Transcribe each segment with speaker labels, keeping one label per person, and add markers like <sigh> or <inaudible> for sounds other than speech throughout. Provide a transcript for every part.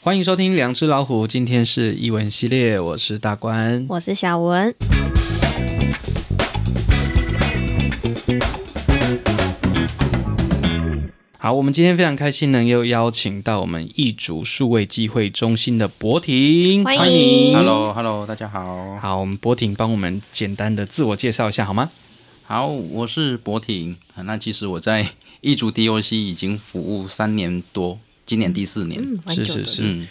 Speaker 1: 欢迎收听《两只老虎》，今天是译文系列，我是大关。
Speaker 2: 我是小文。
Speaker 1: 好，我们今天非常开心能又邀请到我们易竹数位机会中心的博婷，
Speaker 2: 欢迎欢迎
Speaker 3: Hello，Hello，大家好，
Speaker 1: 好，我们博婷帮我们简单的自我介绍一下好吗？
Speaker 3: 好，我是博婷。啊那其实我在一族 DOC 已经服务三年多，今年第四年。
Speaker 2: 嗯，蛮
Speaker 1: 是
Speaker 2: 久的
Speaker 1: 是是，
Speaker 3: 嗯，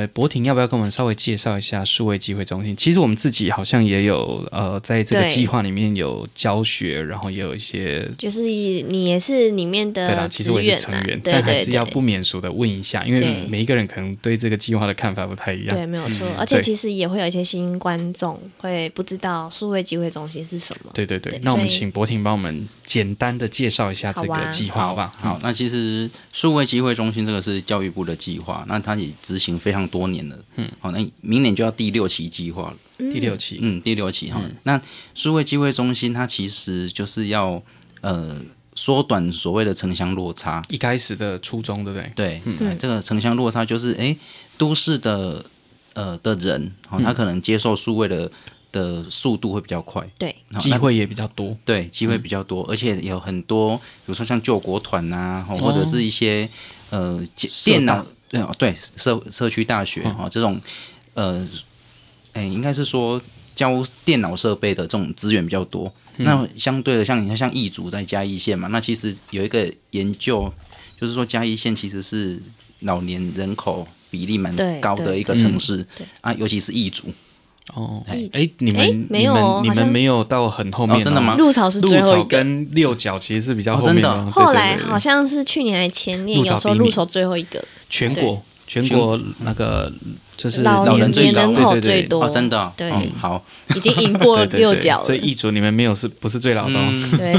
Speaker 1: 呃，博婷要不要跟我们稍微介绍一下数位机会中心？其实我们自己好像也有呃，在这个
Speaker 2: 对
Speaker 1: 计划里面有教学，然后也有一些
Speaker 2: <laughs> 就是你也是里面
Speaker 1: 对啦
Speaker 2: 的，
Speaker 1: 其
Speaker 2: 职
Speaker 1: 实我也
Speaker 2: 员
Speaker 1: 是成
Speaker 2: 啊，
Speaker 1: 员，
Speaker 2: 对
Speaker 1: 但还
Speaker 2: 对
Speaker 1: 是要
Speaker 2: 对
Speaker 1: 不免俗的问一下，因为
Speaker 2: 对
Speaker 1: 每一个人可能对这个计划的看法不太一样。嗯
Speaker 2: 对，没有错。而且
Speaker 1: 对
Speaker 2: 其实也会有一些新观众会不知道数位机会中心是什么。
Speaker 1: 对对对，
Speaker 2: 对
Speaker 1: 那我们
Speaker 2: 所以
Speaker 1: 请博婷帮我们简单的介绍一下这
Speaker 2: 好
Speaker 1: 个
Speaker 2: 啊
Speaker 1: 计划，好不好？
Speaker 3: 好，那其实数位机会中心这个是教育部的计划，那它也执行非常多年了。嗯，好，那明年就要第六期计划了。
Speaker 1: 第六期，
Speaker 3: 嗯，第六期哈、那数位机会中心它其实就是要呃缩短所谓的城乡落差。
Speaker 1: 一开始的初衷，对不对？
Speaker 3: 对，嗯、这个城乡落差就是，哎、都市的呃的人，哦，他可能接受数位的的速度会比较快，
Speaker 2: 对
Speaker 3: 好
Speaker 1: 机
Speaker 3: 那
Speaker 1: 会也比较多，
Speaker 3: 对机
Speaker 2: 嗯
Speaker 3: 会比较多，而且有很多，比如说像救国团呐、哦或者是一些呃接
Speaker 1: 社
Speaker 3: 电脑
Speaker 1: 大
Speaker 3: 对哦对社社区大学
Speaker 2: 嗯
Speaker 3: 哈、哦这种呃，哎、应该是说教电脑设备的这种资源比较多。
Speaker 2: 嗯
Speaker 3: 那相对的，像你看，像义族在嘉义县嘛，那其实有一个研究，就是说嘉义县其实是老年人口比例蛮
Speaker 2: 对
Speaker 3: 高的
Speaker 2: 对嗯
Speaker 3: 一个
Speaker 1: 对
Speaker 3: 城市
Speaker 2: 对
Speaker 3: 啊，尤其是义族
Speaker 1: 哦，
Speaker 2: 哎
Speaker 1: 哎，你
Speaker 2: 哎
Speaker 1: 们
Speaker 2: 没
Speaker 1: 你
Speaker 2: 有哦
Speaker 1: 们你们
Speaker 2: 好像
Speaker 1: 没有到很后面哦，
Speaker 3: 哦真的吗
Speaker 2: 入巢是
Speaker 1: 鹿
Speaker 2: 最后一
Speaker 1: 草
Speaker 2: 个，
Speaker 1: 跟六角其实是比较后
Speaker 3: 哦
Speaker 1: 面
Speaker 3: 真
Speaker 1: 的
Speaker 3: 的
Speaker 1: 哦，对
Speaker 2: 后
Speaker 1: 对
Speaker 2: 来
Speaker 1: 对对
Speaker 2: 好像是去年还前年，
Speaker 1: 入巢
Speaker 2: 有
Speaker 1: 第
Speaker 2: 说
Speaker 1: 一名
Speaker 2: 入巢最后一
Speaker 1: <laughs>
Speaker 2: 个，
Speaker 1: 全国全
Speaker 3: 全
Speaker 1: 国那个就是
Speaker 2: 老
Speaker 3: 老
Speaker 2: 年
Speaker 3: 人
Speaker 2: 节
Speaker 3: 最高
Speaker 2: 人
Speaker 1: 对
Speaker 2: 口
Speaker 1: 对对
Speaker 2: 最多，
Speaker 3: 哦，真的哦
Speaker 2: 对
Speaker 3: 嗯好，
Speaker 2: 已经赢过
Speaker 1: 对对对
Speaker 2: 六角了
Speaker 1: 所以。易主你们没有是不是最老的哦
Speaker 3: 嗯。
Speaker 1: <laughs>
Speaker 2: 对，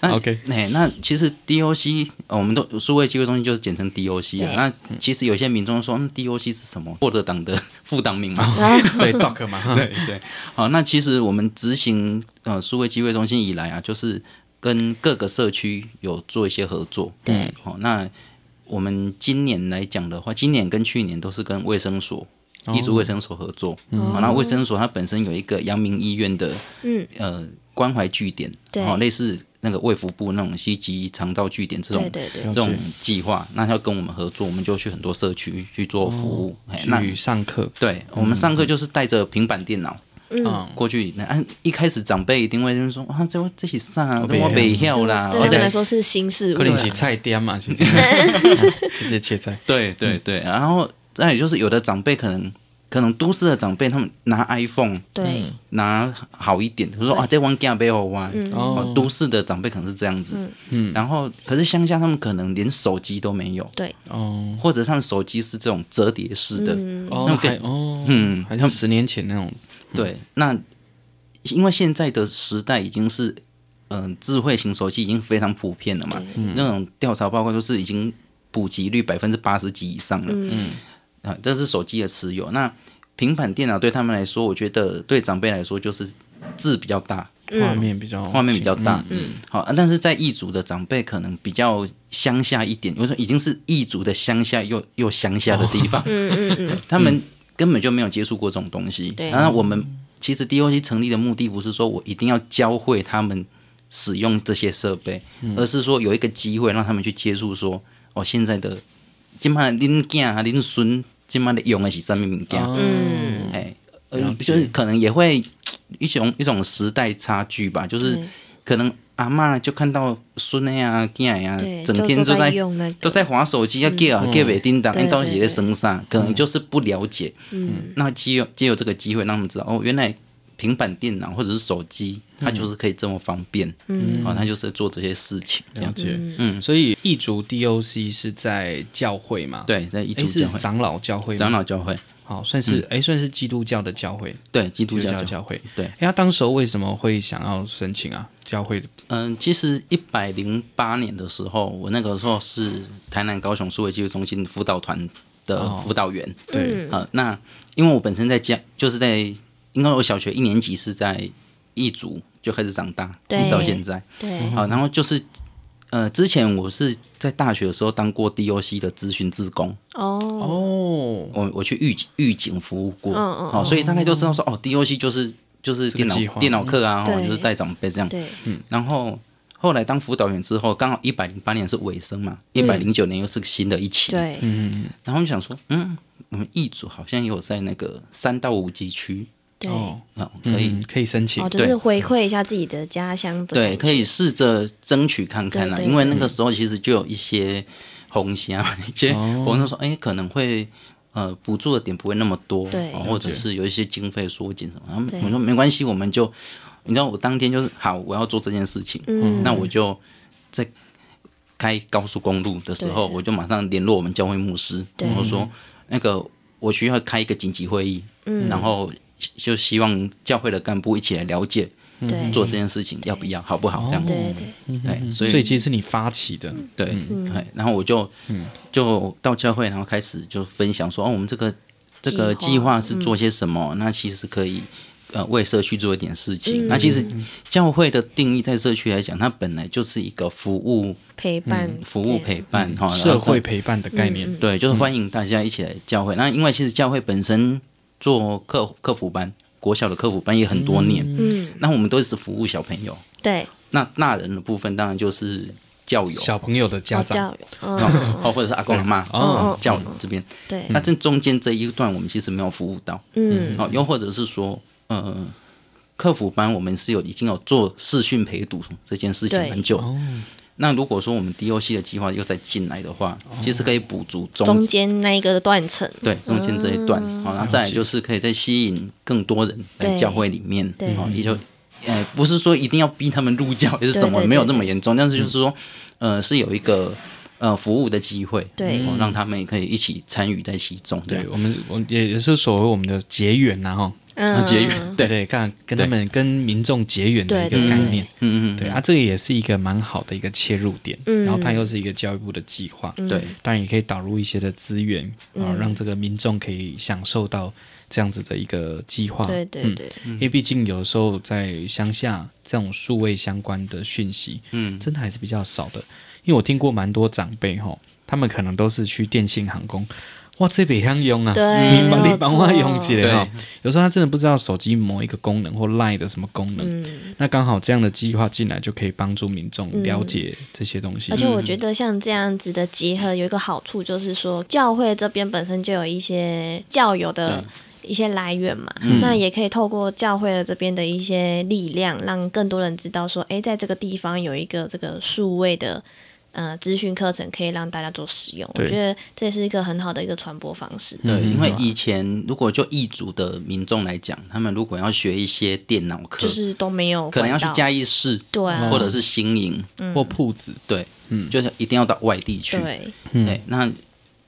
Speaker 1: ？OK，
Speaker 3: 哎、那其实 DOC，、呃我们都数位机会中心就是简称 DOC
Speaker 2: 对
Speaker 3: 啊。那其实有些民众说，嗯，DOC 是什么？获得党的 <laughs> 副党名嘛。
Speaker 1: 对 Doc 嘛，对
Speaker 3: 对，好，那其实我们执行呃数位机会中心以来啊，就是跟各个社区有做一些合作。嗯
Speaker 2: 对，
Speaker 3: 好、那我们今年来讲的话，今年跟去年都是跟卫生所、义族卫生所合作。好、那卫生所它本身有一个阳明医院的
Speaker 2: 嗯，
Speaker 3: 呃关怀据点，
Speaker 2: 对
Speaker 3: 好、类似那个卫福部那种西极长照据点这种
Speaker 2: 对对对
Speaker 3: 这种计划，那他要跟我们合作，我们就去很多社区去做服务。嘿那
Speaker 1: 去上课，
Speaker 3: 对我们上课就是带着平板电脑
Speaker 1: 嗯，
Speaker 3: 过去，那、啊、一开始长辈一定会就是说啊，这这是啥？这
Speaker 1: 不
Speaker 3: 我
Speaker 1: 会
Speaker 3: 北跳啦，
Speaker 2: <laughs> 对
Speaker 3: 哦
Speaker 2: 他们来
Speaker 3: 对
Speaker 2: 说是新事物
Speaker 1: 可。能是菜颠嘛，其实 <laughs> 直接切菜，
Speaker 3: 对对对，然后再也就是有的长辈可能可能都市的长辈，他们拿 iPhone
Speaker 2: 对，
Speaker 3: 拿好一点，他说啊，这玩家背后玩。哦
Speaker 1: 哦，，
Speaker 3: 都市的长辈可能是这样子，嗯，然后可是乡下他们可能连手机都没有，
Speaker 1: 哦，
Speaker 3: 或者他们手机是这种折叠式的，
Speaker 1: 哦，
Speaker 3: 那
Speaker 1: 那
Speaker 3: 我跟
Speaker 1: 还哦，
Speaker 3: 嗯
Speaker 1: 还
Speaker 3: 他
Speaker 1: 是
Speaker 3: 们
Speaker 1: 十年前那种，
Speaker 3: 对，那因为现在的时代已经是，嗯、智慧型手机已经非常普遍了嘛，那种调查报告都是已经普及率百分之八十几以上了，嗯，啊，这是手机的持有。那平板电脑对他们来说，我觉得对长辈来说就是字比较大，
Speaker 1: 嗯画面比较
Speaker 3: 画面比较大，
Speaker 1: 嗯
Speaker 3: 嗯，好、啊但是在异族的长辈可能比较乡下一点，我说已经是异族的乡下又又乡下的地方，
Speaker 2: 嗯嗯嗯，
Speaker 3: <laughs> 他们根本就没有接触过这种东西。
Speaker 2: 对
Speaker 3: 然后我们其实 DOC 成立的目的不是说我一定要教会他们使用这些设备，
Speaker 1: 嗯
Speaker 3: 而是说有一个机会让他们去接触说，哦，现在的今麦恁囝啊恁孙今麦的用的是什么物件？
Speaker 1: 嗯，
Speaker 3: 哎、呃
Speaker 1: 了，解
Speaker 3: 就是可能也会一种一种时代差距吧，就是可能阿嬷就看到孙的呀、囝
Speaker 1: 呃
Speaker 3: 呀
Speaker 2: 对，，
Speaker 3: 整
Speaker 2: 就
Speaker 3: 天
Speaker 2: 都
Speaker 3: 就在
Speaker 2: 用那个，
Speaker 3: 都在划手机，要 get
Speaker 1: 嗯
Speaker 3: 啊 get 叮当，
Speaker 2: 对
Speaker 3: 你到底
Speaker 2: 对
Speaker 3: 在身上，可能就是不了解。嗯，那借由借由这个机会，让他们知道哦，原来平板电脑或者是手机，它就是可以这么方便。嗯，哦，它就是做这些事情这
Speaker 1: 了
Speaker 3: 样。
Speaker 1: 解，嗯，所以异族 DOC 是在教会嘛，，
Speaker 3: 对，在一
Speaker 1: 哎
Speaker 3: 度
Speaker 1: 是
Speaker 3: 教会
Speaker 1: 长老教会吗，
Speaker 3: 长老教会，
Speaker 1: 好算是哎算是基督教的教会，
Speaker 3: 对基督
Speaker 1: 基督教的
Speaker 3: 教会
Speaker 1: 教会，
Speaker 3: 对
Speaker 1: 哎，他当时候为什么会想要申请啊？教会的
Speaker 3: 嗯，其实一百零八年的时候，我那个时候是台南高雄数位技术中心辅导团的
Speaker 1: 哦
Speaker 3: 辅导员。
Speaker 1: 对，
Speaker 3: 好、那因为我本身在家，就是在，因为我小学一年级是在义族就开始长大，
Speaker 2: 对
Speaker 3: 一直到现在。
Speaker 2: 对，
Speaker 3: 好、然后就是，呃，之前我是在大学的时候当过 DOC 的咨询志工，
Speaker 2: 哦，
Speaker 1: 哦，哦，
Speaker 3: 我我去预警预警服务过，
Speaker 2: 嗯嗯
Speaker 3: 哦，所以大概就知道说，哦，DOC 就是就是
Speaker 1: 这个
Speaker 3: 电脑
Speaker 1: 计划
Speaker 3: 电脑课啊，哦，
Speaker 2: 嗯对
Speaker 3: 就是带长辈这样。
Speaker 2: 对，
Speaker 1: 嗯
Speaker 3: 然后后来当辅导员之后，刚好一百零八年是尾声嘛，一百零九年又是新的一
Speaker 2: 嗯
Speaker 3: 期，
Speaker 2: 对，
Speaker 3: 然后就想说，嗯，我们易主好像也有在那个三到五级区，
Speaker 2: 对，
Speaker 1: 哦，
Speaker 3: 哦，可以，
Speaker 1: 嗯，可以申请
Speaker 2: 哦，，就
Speaker 3: 对
Speaker 2: 是回馈一下自己的家乡的
Speaker 3: 对，
Speaker 2: 感
Speaker 3: 可以试着争取看看啦，
Speaker 2: 对对
Speaker 3: 因为那个时候其实就有一些红虾， <laughs> 一些朋友说，哎、可能会。呃，补助的点不会那么多，
Speaker 2: 对
Speaker 3: 哦或者是有一些经费缩减什么，然后
Speaker 2: 对
Speaker 3: 我说没关系，我们就，你知道我当天就是好，我要做这件事情，
Speaker 2: 嗯
Speaker 3: 那我就在开高速公路的时候，
Speaker 2: 对
Speaker 3: 我就马上联络我们教会牧师，
Speaker 2: 对
Speaker 3: 我说那个我需要开一个紧急会议，
Speaker 2: 嗯
Speaker 3: 然后就希望教会的干部一起来了解
Speaker 2: 对
Speaker 3: 做这件事情要不要，好不好这样，
Speaker 2: 对嗯对
Speaker 3: 对，所
Speaker 1: 嗯所
Speaker 3: 以
Speaker 1: 以其实是你发起的，
Speaker 3: 对，哎，然后我就
Speaker 1: 嗯
Speaker 3: 就到教会，然后开始就分享说，哦，我们这个这个
Speaker 2: 计
Speaker 3: 计
Speaker 2: 划嗯
Speaker 3: 划是做些什么？那其实可以呃为社区做一点事
Speaker 2: 嗯
Speaker 3: 情。那其实教会的定义在社区来讲，它本来就是一个服务
Speaker 2: 陪伴
Speaker 3: 嗯服务陪伴哈、然
Speaker 1: 嗯社
Speaker 3: 后
Speaker 1: 会陪伴的概念，
Speaker 3: 对，
Speaker 2: 嗯
Speaker 3: 就是欢迎大家一起来教会。那因为其实教会本身做客客服班，国小的客服班也很多年，
Speaker 2: 嗯，
Speaker 3: 那我们都是服务小朋友。
Speaker 2: 对，
Speaker 3: 那大人的部分当然就是教友，
Speaker 1: 小朋友的家
Speaker 2: 哦
Speaker 1: 长，
Speaker 2: 教育，嗯，
Speaker 3: 哦，或者是阿公阿妈
Speaker 2: 哦
Speaker 3: 哦，教友这边。
Speaker 2: 对，
Speaker 3: 那这中间这一段我们其实没有服务到，
Speaker 2: 嗯，
Speaker 3: 哦，又或者是说，呃，客服班我们是有已经有做视讯陪读这件事情
Speaker 2: 对
Speaker 3: 很久。那如果说我们 DOC 的计划又再进来的话，
Speaker 2: 哦
Speaker 3: 其实可以补足
Speaker 2: 中
Speaker 3: 中
Speaker 2: 间那一个断层，
Speaker 3: 对中间这一段，好、然后再来就是可以再吸引更多人来
Speaker 2: 嗯对
Speaker 3: 教会里面，
Speaker 2: 对
Speaker 3: 好、也就呃不是说一定要逼他们入教还是什
Speaker 2: 对
Speaker 3: 么，
Speaker 2: 对
Speaker 3: 没有那么严重，但是就是说，呃，是有一个呃服务的机会，
Speaker 2: 对
Speaker 3: 哦，让他们也可以一起参与在其中，这样
Speaker 1: 对我们，我也也是所谓我们的结缘呐，哈，
Speaker 2: 嗯，
Speaker 3: 结缘，
Speaker 1: 对
Speaker 3: 对，
Speaker 1: 对，看跟他们跟民众结缘的一
Speaker 2: 对
Speaker 1: 个
Speaker 2: 对
Speaker 1: 概
Speaker 2: 对
Speaker 1: 念，
Speaker 3: 嗯嗯
Speaker 1: 对啊，这个也是一个蛮好的一个切入点，
Speaker 2: 嗯
Speaker 1: 然后它又是一个教育部的计划，
Speaker 3: 嗯，对，
Speaker 1: 当然也可以导入一些的资源
Speaker 2: 嗯
Speaker 1: 啊，让这个民众可以享受到这样子的一个计划，
Speaker 2: 对
Speaker 3: 嗯
Speaker 2: 对对，
Speaker 1: 因为毕竟有时候在乡下这种数位相关的讯息，
Speaker 3: 嗯，
Speaker 1: 真的还是比较少的。因为我听过蛮多长辈吼，他们可能都是去电信行工，哇，这北乡用啊，
Speaker 2: 对
Speaker 1: 你帮
Speaker 2: 没
Speaker 1: 你
Speaker 2: 有
Speaker 1: 帮我用起来哈
Speaker 3: 错。
Speaker 1: 有时候他真的不知道手机某一个功能或 Line 的什么功能，
Speaker 2: 嗯，
Speaker 1: 那刚好这样的计划进来就可以帮助民众了解这些东西。
Speaker 2: 而且我觉得像这样子的结合有一个好处，就是说教会这边本身就有一些教友
Speaker 3: 嗯
Speaker 2: 的。一些来源嘛，那也可以透过教会的这边的一些力量，让更多人知道说，哎、在这个地方有一个这个数位的呃资讯课程，可以让大家做使用。我
Speaker 1: 对
Speaker 2: 觉得这是一个很好的一个传播方式。
Speaker 3: 对，因为以前如果就异族的民众来讲，他们如果要学一些电脑课，
Speaker 2: 就是都没有
Speaker 3: 可能要去
Speaker 2: 管道
Speaker 3: 嘉义市，
Speaker 2: 对啊
Speaker 3: 或者是新营，
Speaker 1: 或铺子，
Speaker 3: 对，嗯，就是一定要到外地去。
Speaker 2: 对
Speaker 3: 对，那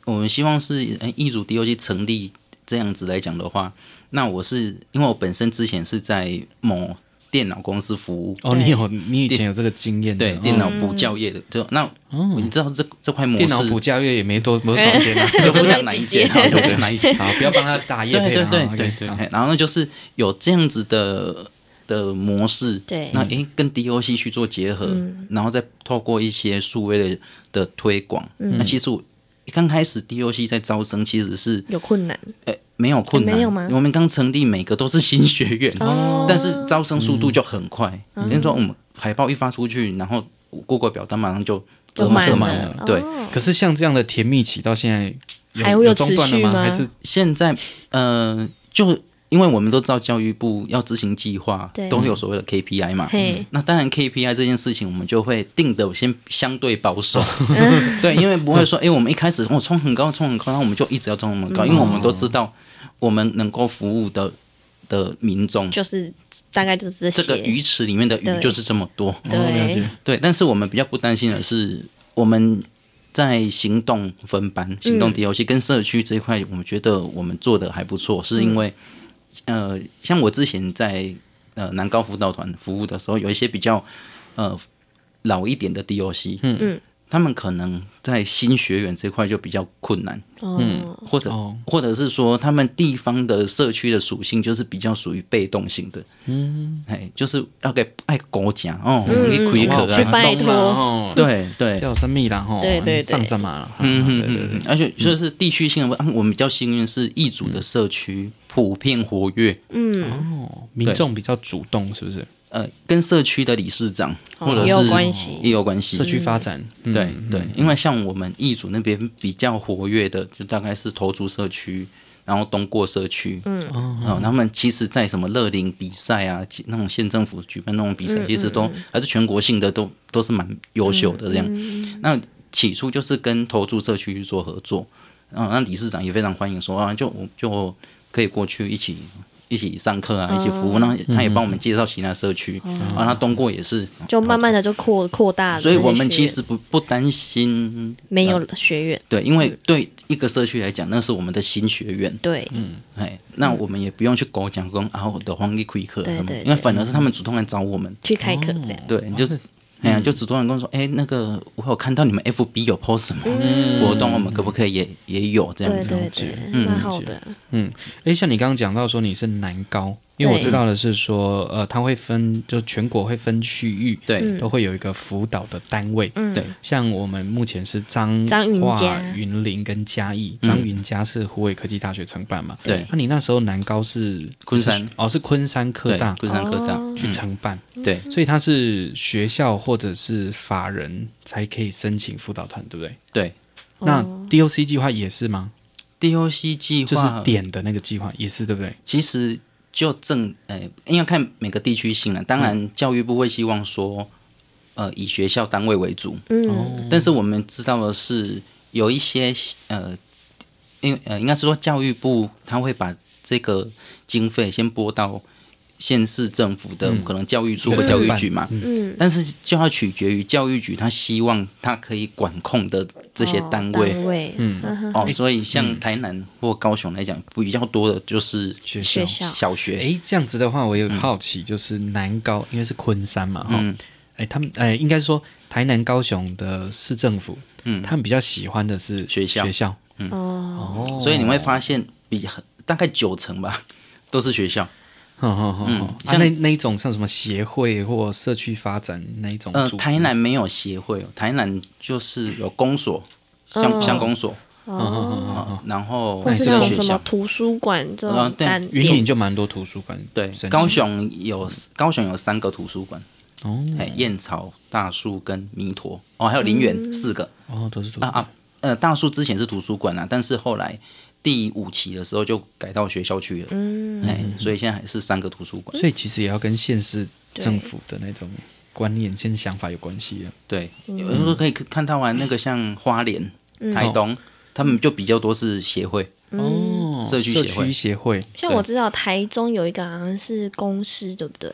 Speaker 3: 我们希望是哎，易主 DOG 成立这样子来讲的话，那我是因为我本身之前是在某电脑公司服务，
Speaker 1: 哦，你有你以前有这个经验的
Speaker 3: 对，
Speaker 1: 哦
Speaker 3: 电脑补教业的，就那你知道这这块模
Speaker 1: 电脑补
Speaker 3: 式，
Speaker 1: 教育也没多多少钱啊，
Speaker 3: <laughs> 就不讲哪一间， <laughs> 好就不讲哪一间，
Speaker 1: <laughs> 好，不要帮他打业配
Speaker 3: 对
Speaker 1: 了，
Speaker 3: 对
Speaker 1: 好
Speaker 3: 对
Speaker 1: ，OK，
Speaker 3: 对
Speaker 1: 好
Speaker 3: 对，然后就是有这样子的的模式，
Speaker 2: 对
Speaker 3: 那诶跟 DOC 去做结合，然后再透过一些数位的的推广，那其实我。刚开始 DOC 在招生其实是
Speaker 2: 有困难
Speaker 3: 呃没有困难，
Speaker 2: 没有吗
Speaker 3: 我们刚成立，每个都是新学院，
Speaker 2: 哦嗯
Speaker 3: 但是招生速度就很快。人家、说我们海报一发出去，然后 Google 表单马上就
Speaker 2: 就
Speaker 3: 马上
Speaker 1: 满
Speaker 3: 满
Speaker 1: 了
Speaker 2: 哦
Speaker 3: 对，
Speaker 1: 可是像这样的甜蜜期到现在有
Speaker 2: 嗯还会有
Speaker 1: 中断了
Speaker 2: 持续吗
Speaker 1: 还是
Speaker 3: 现在呃，就因为我们都知道教育部要执行计划
Speaker 2: 对，
Speaker 3: 都会有所谓的 KPI 嘛。
Speaker 2: 嘿，
Speaker 3: 那当然 KPI 这件事情，我们就会定的先相对
Speaker 2: <laughs>
Speaker 3: 保守， <laughs> 对，因为不会说，哎、我们一开始我冲很高，冲很高，然后我们就一直要冲那么
Speaker 2: 嗯
Speaker 3: 高，因为我们都知道我们能够服务的的民众，
Speaker 2: 就是大概就是这些
Speaker 3: 这个鱼池里面的
Speaker 2: 对
Speaker 3: 鱼就是这么多， <laughs>
Speaker 1: 哦了
Speaker 2: 对
Speaker 1: 解，
Speaker 3: 对，但是我们比较不担心的是，我们在行动分班、行动 DOC 跟社区这一块，我们觉得我们做的还不错，是因为、呃，像我之前在呃南高辅导团服务的时候，有一些比较呃老一点的 DOC，嗯
Speaker 2: 嗯，
Speaker 3: 他们可能在新学员这块就比较困难，
Speaker 2: 嗯，
Speaker 3: 或者、
Speaker 1: 哦
Speaker 3: 或者是说他们地方的社区的属性就是比较属于被动性的，嗯，哎，就是要给爱国家哦，你可以
Speaker 2: 哇
Speaker 3: 可
Speaker 2: 嗯去
Speaker 3: 啊，
Speaker 2: 拜托
Speaker 1: 哦，
Speaker 3: 对对，
Speaker 1: 叫什么啦？哦吼，
Speaker 2: 对对对
Speaker 1: 上什么了？
Speaker 3: 嗯
Speaker 1: 嗯，
Speaker 3: 嗯
Speaker 1: 对对
Speaker 3: 嗯
Speaker 1: 对
Speaker 3: 嗯，，而且就是地区性的，啊我们比较幸运是异族的社区普遍活跃，
Speaker 1: 哦，民众比较主动，是不是？
Speaker 3: 呃，跟社区的理事长
Speaker 2: 哦
Speaker 3: 或者
Speaker 2: 也
Speaker 3: 是
Speaker 2: 有关系
Speaker 3: 也有关系
Speaker 1: 社。区发展，嗯
Speaker 3: 对对，因为像我们异族那边比较活跃的，就大概是头族社区，然后东过社区，嗯，哦，他们其实，在什么乐龄比赛啊，其那种县政府举办那种比赛，其实都还是全国性的都，都是蛮优秀的这样。那起初就是跟投注社区去做合作，然后那理事长也非常欢迎说啊，就我就可以过去一起一起上课啊，一起服务。
Speaker 1: 嗯
Speaker 3: 那他也帮我们介绍其他社区，啊，他东过也是，
Speaker 2: 就慢慢的就扩扩大了这
Speaker 3: 所
Speaker 2: 些学
Speaker 3: 以
Speaker 2: 员。
Speaker 3: 我们其实不不担心，
Speaker 2: 没有学员，
Speaker 3: 对，因为对一个社区来讲，那是我们的新学院，
Speaker 2: 对，
Speaker 3: 哎，那我们也不用去跟我讲说啊，我的黄历亏课
Speaker 2: 对
Speaker 3: 什么
Speaker 2: 对，
Speaker 3: 因为反而是他们主动来找我们，
Speaker 2: 去开
Speaker 1: 哦
Speaker 2: 课这样。
Speaker 3: 对，就哎
Speaker 1: 嗯
Speaker 3: 呀，就主动来跟我说，哎，那个我有看到你们 FB 有 post 什么活动，我们可不可以也也有这样
Speaker 2: 对
Speaker 3: 子？嗯
Speaker 2: 对对，蛮好的。
Speaker 1: 哎，像你刚刚讲到说你是南高，因为我
Speaker 2: 对
Speaker 1: 知道的是说，
Speaker 2: 嗯
Speaker 1: 呃，它会分，就全国会分区域，
Speaker 3: 对
Speaker 1: 都会有一个辅导的单位。
Speaker 2: 嗯
Speaker 3: 对
Speaker 1: 像我们目前是彰
Speaker 2: 彰云
Speaker 1: 化
Speaker 2: 嘉
Speaker 1: 云林跟嘉义，彰云嘉是湖北科技大学承办嘛？
Speaker 3: 嗯对
Speaker 1: 那你那时候南高是
Speaker 3: 昆山
Speaker 1: 是哦，是昆山科
Speaker 3: 对，哦
Speaker 1: 大
Speaker 3: 昆山科大
Speaker 1: 去承办，
Speaker 3: 对
Speaker 1: 所以它是学校或者是法人才可以申请辅导团，对不对？
Speaker 3: 对
Speaker 1: 那 DOC 计划也是吗？
Speaker 3: DOC 计
Speaker 1: 就是
Speaker 3: 划，
Speaker 1: 点的那个计划也是，对不对？
Speaker 3: 其实就正呃，应该看每个地区性了。当然，
Speaker 1: 嗯
Speaker 3: 教育部会希望说，呃，以学校单位为主，
Speaker 2: 嗯，
Speaker 3: 但是我们知道的是，有一些呃，应呃应该是说教育部他会把这个经费先拨到县市政府的、
Speaker 2: 嗯
Speaker 3: 可能教育处
Speaker 1: 一
Speaker 3: 或
Speaker 1: 个
Speaker 3: 教育
Speaker 1: 承办
Speaker 3: 局嘛，但是就要取决于教育局他希望他可以管控的这些
Speaker 2: 哦
Speaker 3: 单位。
Speaker 2: 单位，嗯，
Speaker 3: 哦，所以像台南或高雄来讲，比较多的就是
Speaker 1: 学
Speaker 2: 学
Speaker 1: 校。
Speaker 2: 校
Speaker 3: 小学，
Speaker 1: 哎，这样子的话，我有好奇，就是南高，因为是昆山嘛，哈、
Speaker 3: 嗯
Speaker 1: 哎，他们哎，应该是说台南、高雄的市政府，
Speaker 3: 嗯
Speaker 1: 他们比较喜欢的是
Speaker 3: 学校嗯
Speaker 1: 学校
Speaker 2: 哦，
Speaker 1: 哦
Speaker 3: 所以你会发现比大概九成吧都是学校。
Speaker 1: 好好好，
Speaker 3: 嗯
Speaker 1: 好啊
Speaker 3: 像
Speaker 1: 那那一种像什么协会或社区发展那一种
Speaker 3: 呃，
Speaker 1: 组织，
Speaker 3: 台南没有协会哦，台南就是有公所，
Speaker 2: 嗯
Speaker 3: 乡乡公所，
Speaker 1: 哦
Speaker 3: 啊然后
Speaker 2: 或
Speaker 1: 哎
Speaker 2: 是
Speaker 1: 这
Speaker 2: 那
Speaker 1: 个
Speaker 2: 种
Speaker 3: 学
Speaker 2: 什么
Speaker 3: 校。
Speaker 2: 图书馆这
Speaker 3: 啊
Speaker 2: 种
Speaker 3: 对
Speaker 2: 单
Speaker 1: 云林
Speaker 2: 点，
Speaker 1: 就蛮多图书馆，
Speaker 3: 对
Speaker 1: 申，请
Speaker 3: 高雄有高雄有三个图书馆，
Speaker 1: 哦
Speaker 2: 嗯
Speaker 3: 哎，燕巢、大树跟弥陀，哦，还有
Speaker 2: 嗯
Speaker 3: 林园四个
Speaker 1: 哦都是图书
Speaker 3: 啊
Speaker 1: 馆
Speaker 3: 啊，呃，大树之前是图书馆啊，但是后来第五期的时候就改到学校去了，嗯，哎，所以现在还是三个图书馆，
Speaker 2: 嗯
Speaker 1: 所以其实也要跟县市政府的那种观念、跟想法有关系啊。
Speaker 3: 对，
Speaker 2: 嗯
Speaker 3: 有时候可以看到啊，那个像花莲、台东，他们就比较多是协会，
Speaker 1: 哦，
Speaker 3: 社区协会
Speaker 1: 区协会，
Speaker 2: 像我知道台中有一个好像是公司，对不对？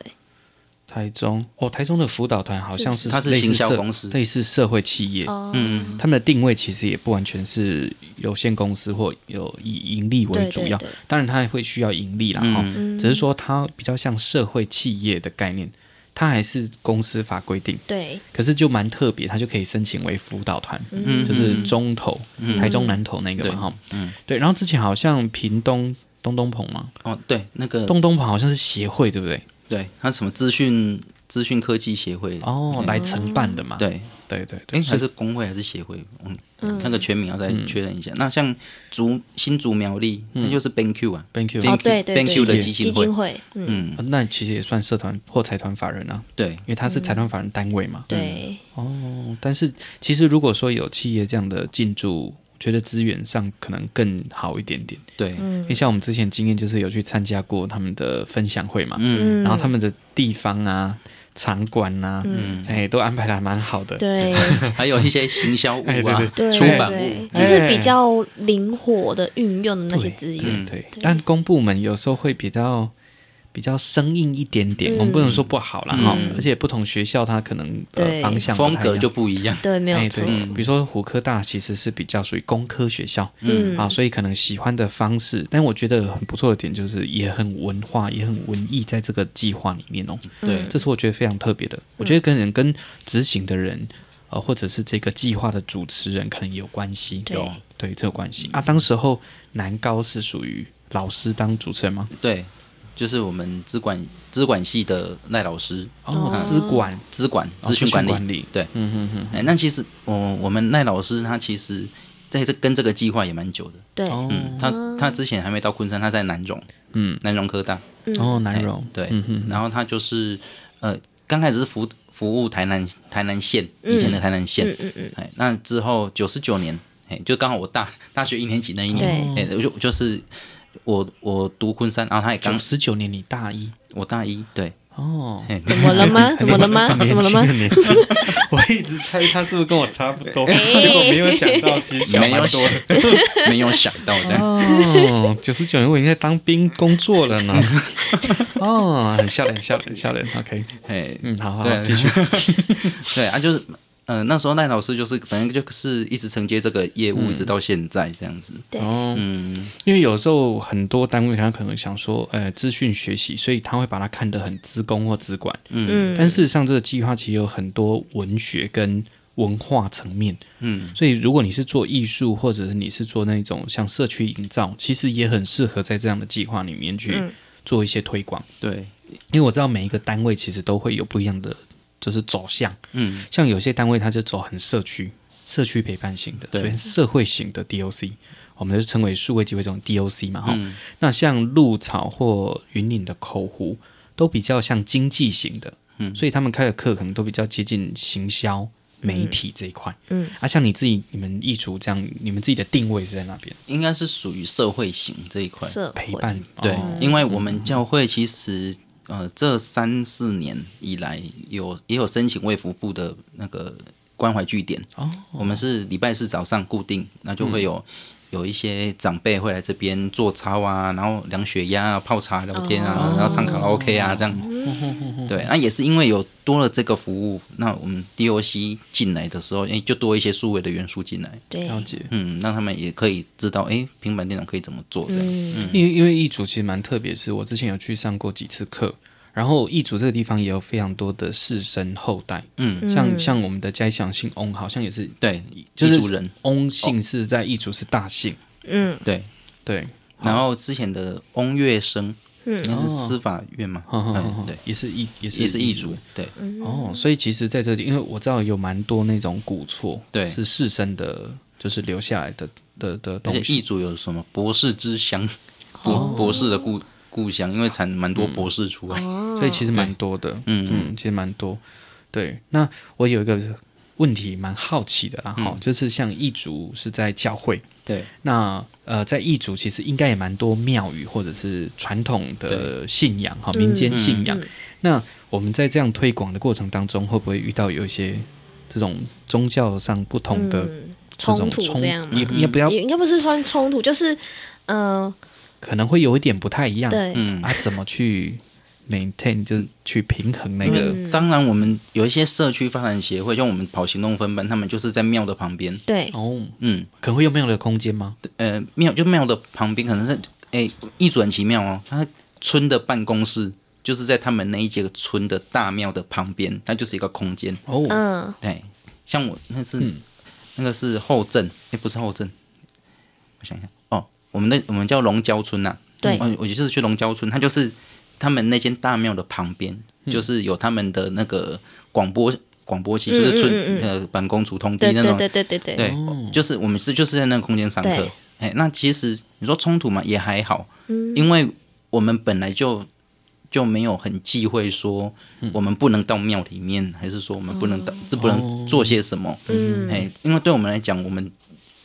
Speaker 1: 台中哦，台中的辅导团好像是
Speaker 3: 它是
Speaker 1: 类似
Speaker 3: 行销
Speaker 1: 社
Speaker 3: 公司
Speaker 1: 类似社会企业，
Speaker 3: 嗯，
Speaker 1: 他们的定位其实也不完全是有限公司或有以盈利为主要，
Speaker 2: 对对对
Speaker 1: 当然它也会需要盈利啦，哈、
Speaker 3: 嗯
Speaker 1: 只是说它比较像社会企业的概念，它还是公司法规定。
Speaker 2: 对，
Speaker 1: 可是就蛮特别，它就可以申请为辅导团，就是中投、台中南投那个嘛哈，嗯，对。然后之前好像屏东东东鹏嘛，
Speaker 3: 哦，对，那个
Speaker 1: 东东鹏好像是协会对不对？
Speaker 3: 对，它什么资讯资讯科技协会
Speaker 1: 哦，来承办的嘛，
Speaker 3: 对，
Speaker 1: 对对对，
Speaker 3: 哎，还是工会还是协会？嗯，那个全名要再确认一下。那像竹新竹苗栗，那就是 BenQ 啊
Speaker 1: Thank you。
Speaker 2: 哦
Speaker 3: ，BenQ
Speaker 2: 对对对
Speaker 3: BenQ 的基
Speaker 2: 基
Speaker 3: 金
Speaker 2: 金
Speaker 3: 会，
Speaker 2: 会，嗯，
Speaker 3: 嗯，
Speaker 1: 呃那其实也算社团或财团法人啊，
Speaker 3: 对
Speaker 1: 因为它是财团法人单位嘛。
Speaker 3: 嗯
Speaker 2: 对，
Speaker 1: 哦，但是其实如果说有企业这样的进驻，我觉得资源上可能更好一点点。
Speaker 3: 对，
Speaker 1: 因为像我们之前经验就是有去参加过他们的分享会嘛，
Speaker 3: 嗯
Speaker 1: 然后他们的地方啊、场馆啊，嗯，哎，都安排的还蛮好的。
Speaker 2: 对
Speaker 3: 嗯还有一些行销物啊，
Speaker 1: <laughs>
Speaker 2: 对，
Speaker 3: 出版
Speaker 2: 对
Speaker 3: 物，
Speaker 2: 就是比较灵活的运用的那些资源，
Speaker 1: 对，嗯但公部门有时候会比较比较生硬一点点，
Speaker 2: 嗯
Speaker 1: 我们不能说不好啦哈、而且不同学校它可能的
Speaker 2: 对
Speaker 1: 方向不
Speaker 3: 嗯风
Speaker 1: 太一
Speaker 3: 格
Speaker 1: 样
Speaker 3: 就不嗯一样。
Speaker 2: 对，没
Speaker 1: 哎，
Speaker 2: 有
Speaker 1: 对，
Speaker 2: 错，
Speaker 1: 比如说虎科大其实是比较属于工科学校，
Speaker 2: 嗯
Speaker 1: 啊，所以可能喜欢的方式，但我觉得很不错的点就是也很文化，也很文艺，在这个计划里面哦，
Speaker 3: 对
Speaker 1: 这是我觉得非常特别的。我觉得跟人跟执行的人呃，或者是这个计划的主持人可能有关系，
Speaker 2: 对有
Speaker 1: 对，这有关系啊。当时候南高是属于老师当主持人吗？
Speaker 3: 对，就是我们资管资管系的赖老师，
Speaker 1: 哦，资管
Speaker 3: 资管
Speaker 1: 哦
Speaker 3: 资讯管理，
Speaker 1: 管理，
Speaker 3: 对，
Speaker 1: 嗯哼哼，
Speaker 3: 哎，那其实我我们赖老师他其实在这跟这个计划也蛮久的，
Speaker 2: 对，
Speaker 1: 哦，
Speaker 3: 嗯，他他之前还没到昆山，他在南荣，
Speaker 1: 嗯，
Speaker 3: 南荣科大，
Speaker 1: 哦，
Speaker 3: 哎
Speaker 1: 南荣，
Speaker 3: 对，
Speaker 1: 嗯哼，
Speaker 3: 然后他就是呃，刚开始是服服务台南台南县以前的台南县，
Speaker 2: 嗯嗯嗯，
Speaker 3: 哎，那之后九十九年，哎，就刚好我大 <laughs> 大学一年级那一年，
Speaker 2: 对
Speaker 3: 哎，我就就是我我读昆山，然后他也
Speaker 1: 九
Speaker 3: 刚
Speaker 1: 十九年你大一
Speaker 3: 我大一，对，
Speaker 1: 哦，
Speaker 3: 哎，
Speaker 2: 怎么了
Speaker 1: <laughs>
Speaker 2: 吗？怎么了吗？
Speaker 1: 很
Speaker 2: 怎么了吗？哎
Speaker 1: 年轻很年轻 <laughs> 我一直猜他是不是跟我差不多，结果没有想到其实小
Speaker 3: 没有
Speaker 1: 蛮 <laughs> 多的。
Speaker 3: 没有想到这样，
Speaker 1: 哦，九十九年我已经在当兵工作了
Speaker 3: <laughs>
Speaker 1: 呢。哦，很笑脸，很笑脸，很笑脸。OK，
Speaker 3: 哎，
Speaker 1: 嗯，好好，
Speaker 3: 对
Speaker 1: 继续。
Speaker 3: 对啊，就是。嗯、那时候赖老师就是，反正就是一直承接这个业务，一直到现在这样子。
Speaker 2: 对，
Speaker 1: 哦，
Speaker 3: 嗯，
Speaker 1: 因为有时候很多单位他可能想说，呃，资讯学习，所以他会把它看得很资工或资管，
Speaker 2: 嗯，
Speaker 1: 但事实上这个计划其实有很多文学跟文化层面。
Speaker 3: 嗯，
Speaker 1: 所以如果你是做艺术，或者是你是做那种像社区营造，其实也很适合在这样的计划里面去
Speaker 2: 嗯
Speaker 1: 做一些推广。
Speaker 3: 对，
Speaker 1: 因为我知道每一个单位其实都会有不一样的就是走向，
Speaker 3: 嗯，
Speaker 1: 像有些单位它就走很社区、社区陪伴型的，
Speaker 3: 对
Speaker 1: 所以社会型的 DOC，我们就称为数位机会这种 DOC 嘛哈。
Speaker 3: 嗯
Speaker 1: 那像鹿草或云岭的口湖都比较像经济型的，
Speaker 3: 嗯
Speaker 1: 所以他们开的课可能都比较接近行销。媒体这一块，
Speaker 2: 嗯，
Speaker 1: 啊，像你自己、你们艺术这样，你们自己的定位是在那边
Speaker 3: 应该是属于社会型这一块。
Speaker 2: 社
Speaker 1: 陪
Speaker 2: 呃会，
Speaker 1: 伴，
Speaker 3: 对
Speaker 1: 哦，
Speaker 3: 因为我们教会其实呃这三四年以来有也有申请卫福部的那个关怀据点，
Speaker 1: 哦，嗯
Speaker 3: 我们是礼拜四早上固定，那就会有。有一些长辈会来这边做操啊，然后量血压啊、泡茶、聊天啊，
Speaker 1: 哦
Speaker 3: 然后唱卡拉 OK 啊，这样。
Speaker 1: 嗯
Speaker 3: 对，那也是因为有多了这个服务，那我们 DOC 进来的时候，哎、就多一些数位的元素进来，
Speaker 2: 对，
Speaker 1: 了解。
Speaker 3: 嗯，让他们也可以知道，哎、平板电脑可以怎么做这样。
Speaker 2: 嗯，
Speaker 1: 因为因为易主其实蛮特别，是我之前有去上过几次课，然后易主这个地方也有非常多的士绅后代，
Speaker 3: 嗯，
Speaker 1: 像像我们的家乡姓翁，好像也是
Speaker 3: 对，
Speaker 1: 就
Speaker 3: 就是主人，
Speaker 1: 翁姓是在易主是大姓，
Speaker 2: 嗯
Speaker 3: 对。
Speaker 1: 对，
Speaker 3: 然后之前的翁月生，
Speaker 2: 嗯
Speaker 3: 那
Speaker 1: 哦
Speaker 3: 是司法院嘛，
Speaker 1: 呵呵呵
Speaker 3: 嗯，
Speaker 1: 呵
Speaker 3: 对，
Speaker 1: 也是易也是
Speaker 3: 也是
Speaker 1: 易
Speaker 3: 易主，对，
Speaker 1: 哦，所以其实在这里，因为我知道有蛮多那种古厝，
Speaker 3: 对
Speaker 1: 是士绅的，就是留下来的的的
Speaker 3: 而
Speaker 1: 东
Speaker 3: 且
Speaker 1: 西
Speaker 3: 易，主有什么博士之乡，博博士的故故乡，因为产蛮多博士出来，
Speaker 1: 所以其实蛮多的，
Speaker 3: 嗯
Speaker 1: 嗯，其实蛮多。对，那我有一个问题蛮好奇的啦，哈、就是像易主是在教会，
Speaker 3: 对，
Speaker 1: 那呃，在异族其实应该也蛮多庙宇或者是传统的信仰哈，民间信
Speaker 2: 嗯
Speaker 1: 仰。那我们在这样推广的过程当中，会不会遇到有一些这种宗教上不同的
Speaker 2: 嗯
Speaker 1: 这种
Speaker 2: 冲突这样
Speaker 1: 也
Speaker 2: 吗？
Speaker 1: 也不要
Speaker 2: 也应该不是算冲突，就是嗯，
Speaker 1: 可能会有一点不太一样？
Speaker 2: 对，
Speaker 3: 嗯。
Speaker 1: 啊，怎么去 maintain 就是去平衡那个？
Speaker 3: 嗯当然，我们有一些社区发展协会，像我们跑行动分班，他们就是在庙的旁边，
Speaker 2: 对，
Speaker 1: 哦，
Speaker 3: 嗯，
Speaker 1: 可能会有没有的空间吗？
Speaker 3: 呃，庙就庙的旁边，可能是哎，易主很奇妙哦，他村的办公室就是在他们那一届村的大庙的旁边，它就是一个空间，
Speaker 1: 哦，
Speaker 2: 嗯，
Speaker 3: 对，像我那是、那个是后镇，哎、不是后镇，我想一下，哦，我们那我们叫龙礁村呐、
Speaker 2: 对
Speaker 3: 哦我就是去龙礁村，它就是他们那间大庙的旁边，就是有他们的那个广播广播系，就是村
Speaker 2: 嗯嗯嗯
Speaker 3: 呃办公处通
Speaker 2: 对
Speaker 3: 地那
Speaker 2: 对
Speaker 3: 种，
Speaker 2: 对对对对，
Speaker 3: 对就是我们是就是在那个空间上课
Speaker 2: 对，
Speaker 3: 哎，那其实你说冲突嘛也还好，
Speaker 2: 嗯
Speaker 3: 因为我们本来就。就没有很忌讳说我们不能到庙里面，还是说我们不能到，这不能做些什么？
Speaker 2: 哦嗯
Speaker 3: 哎，因为对我们来讲，我们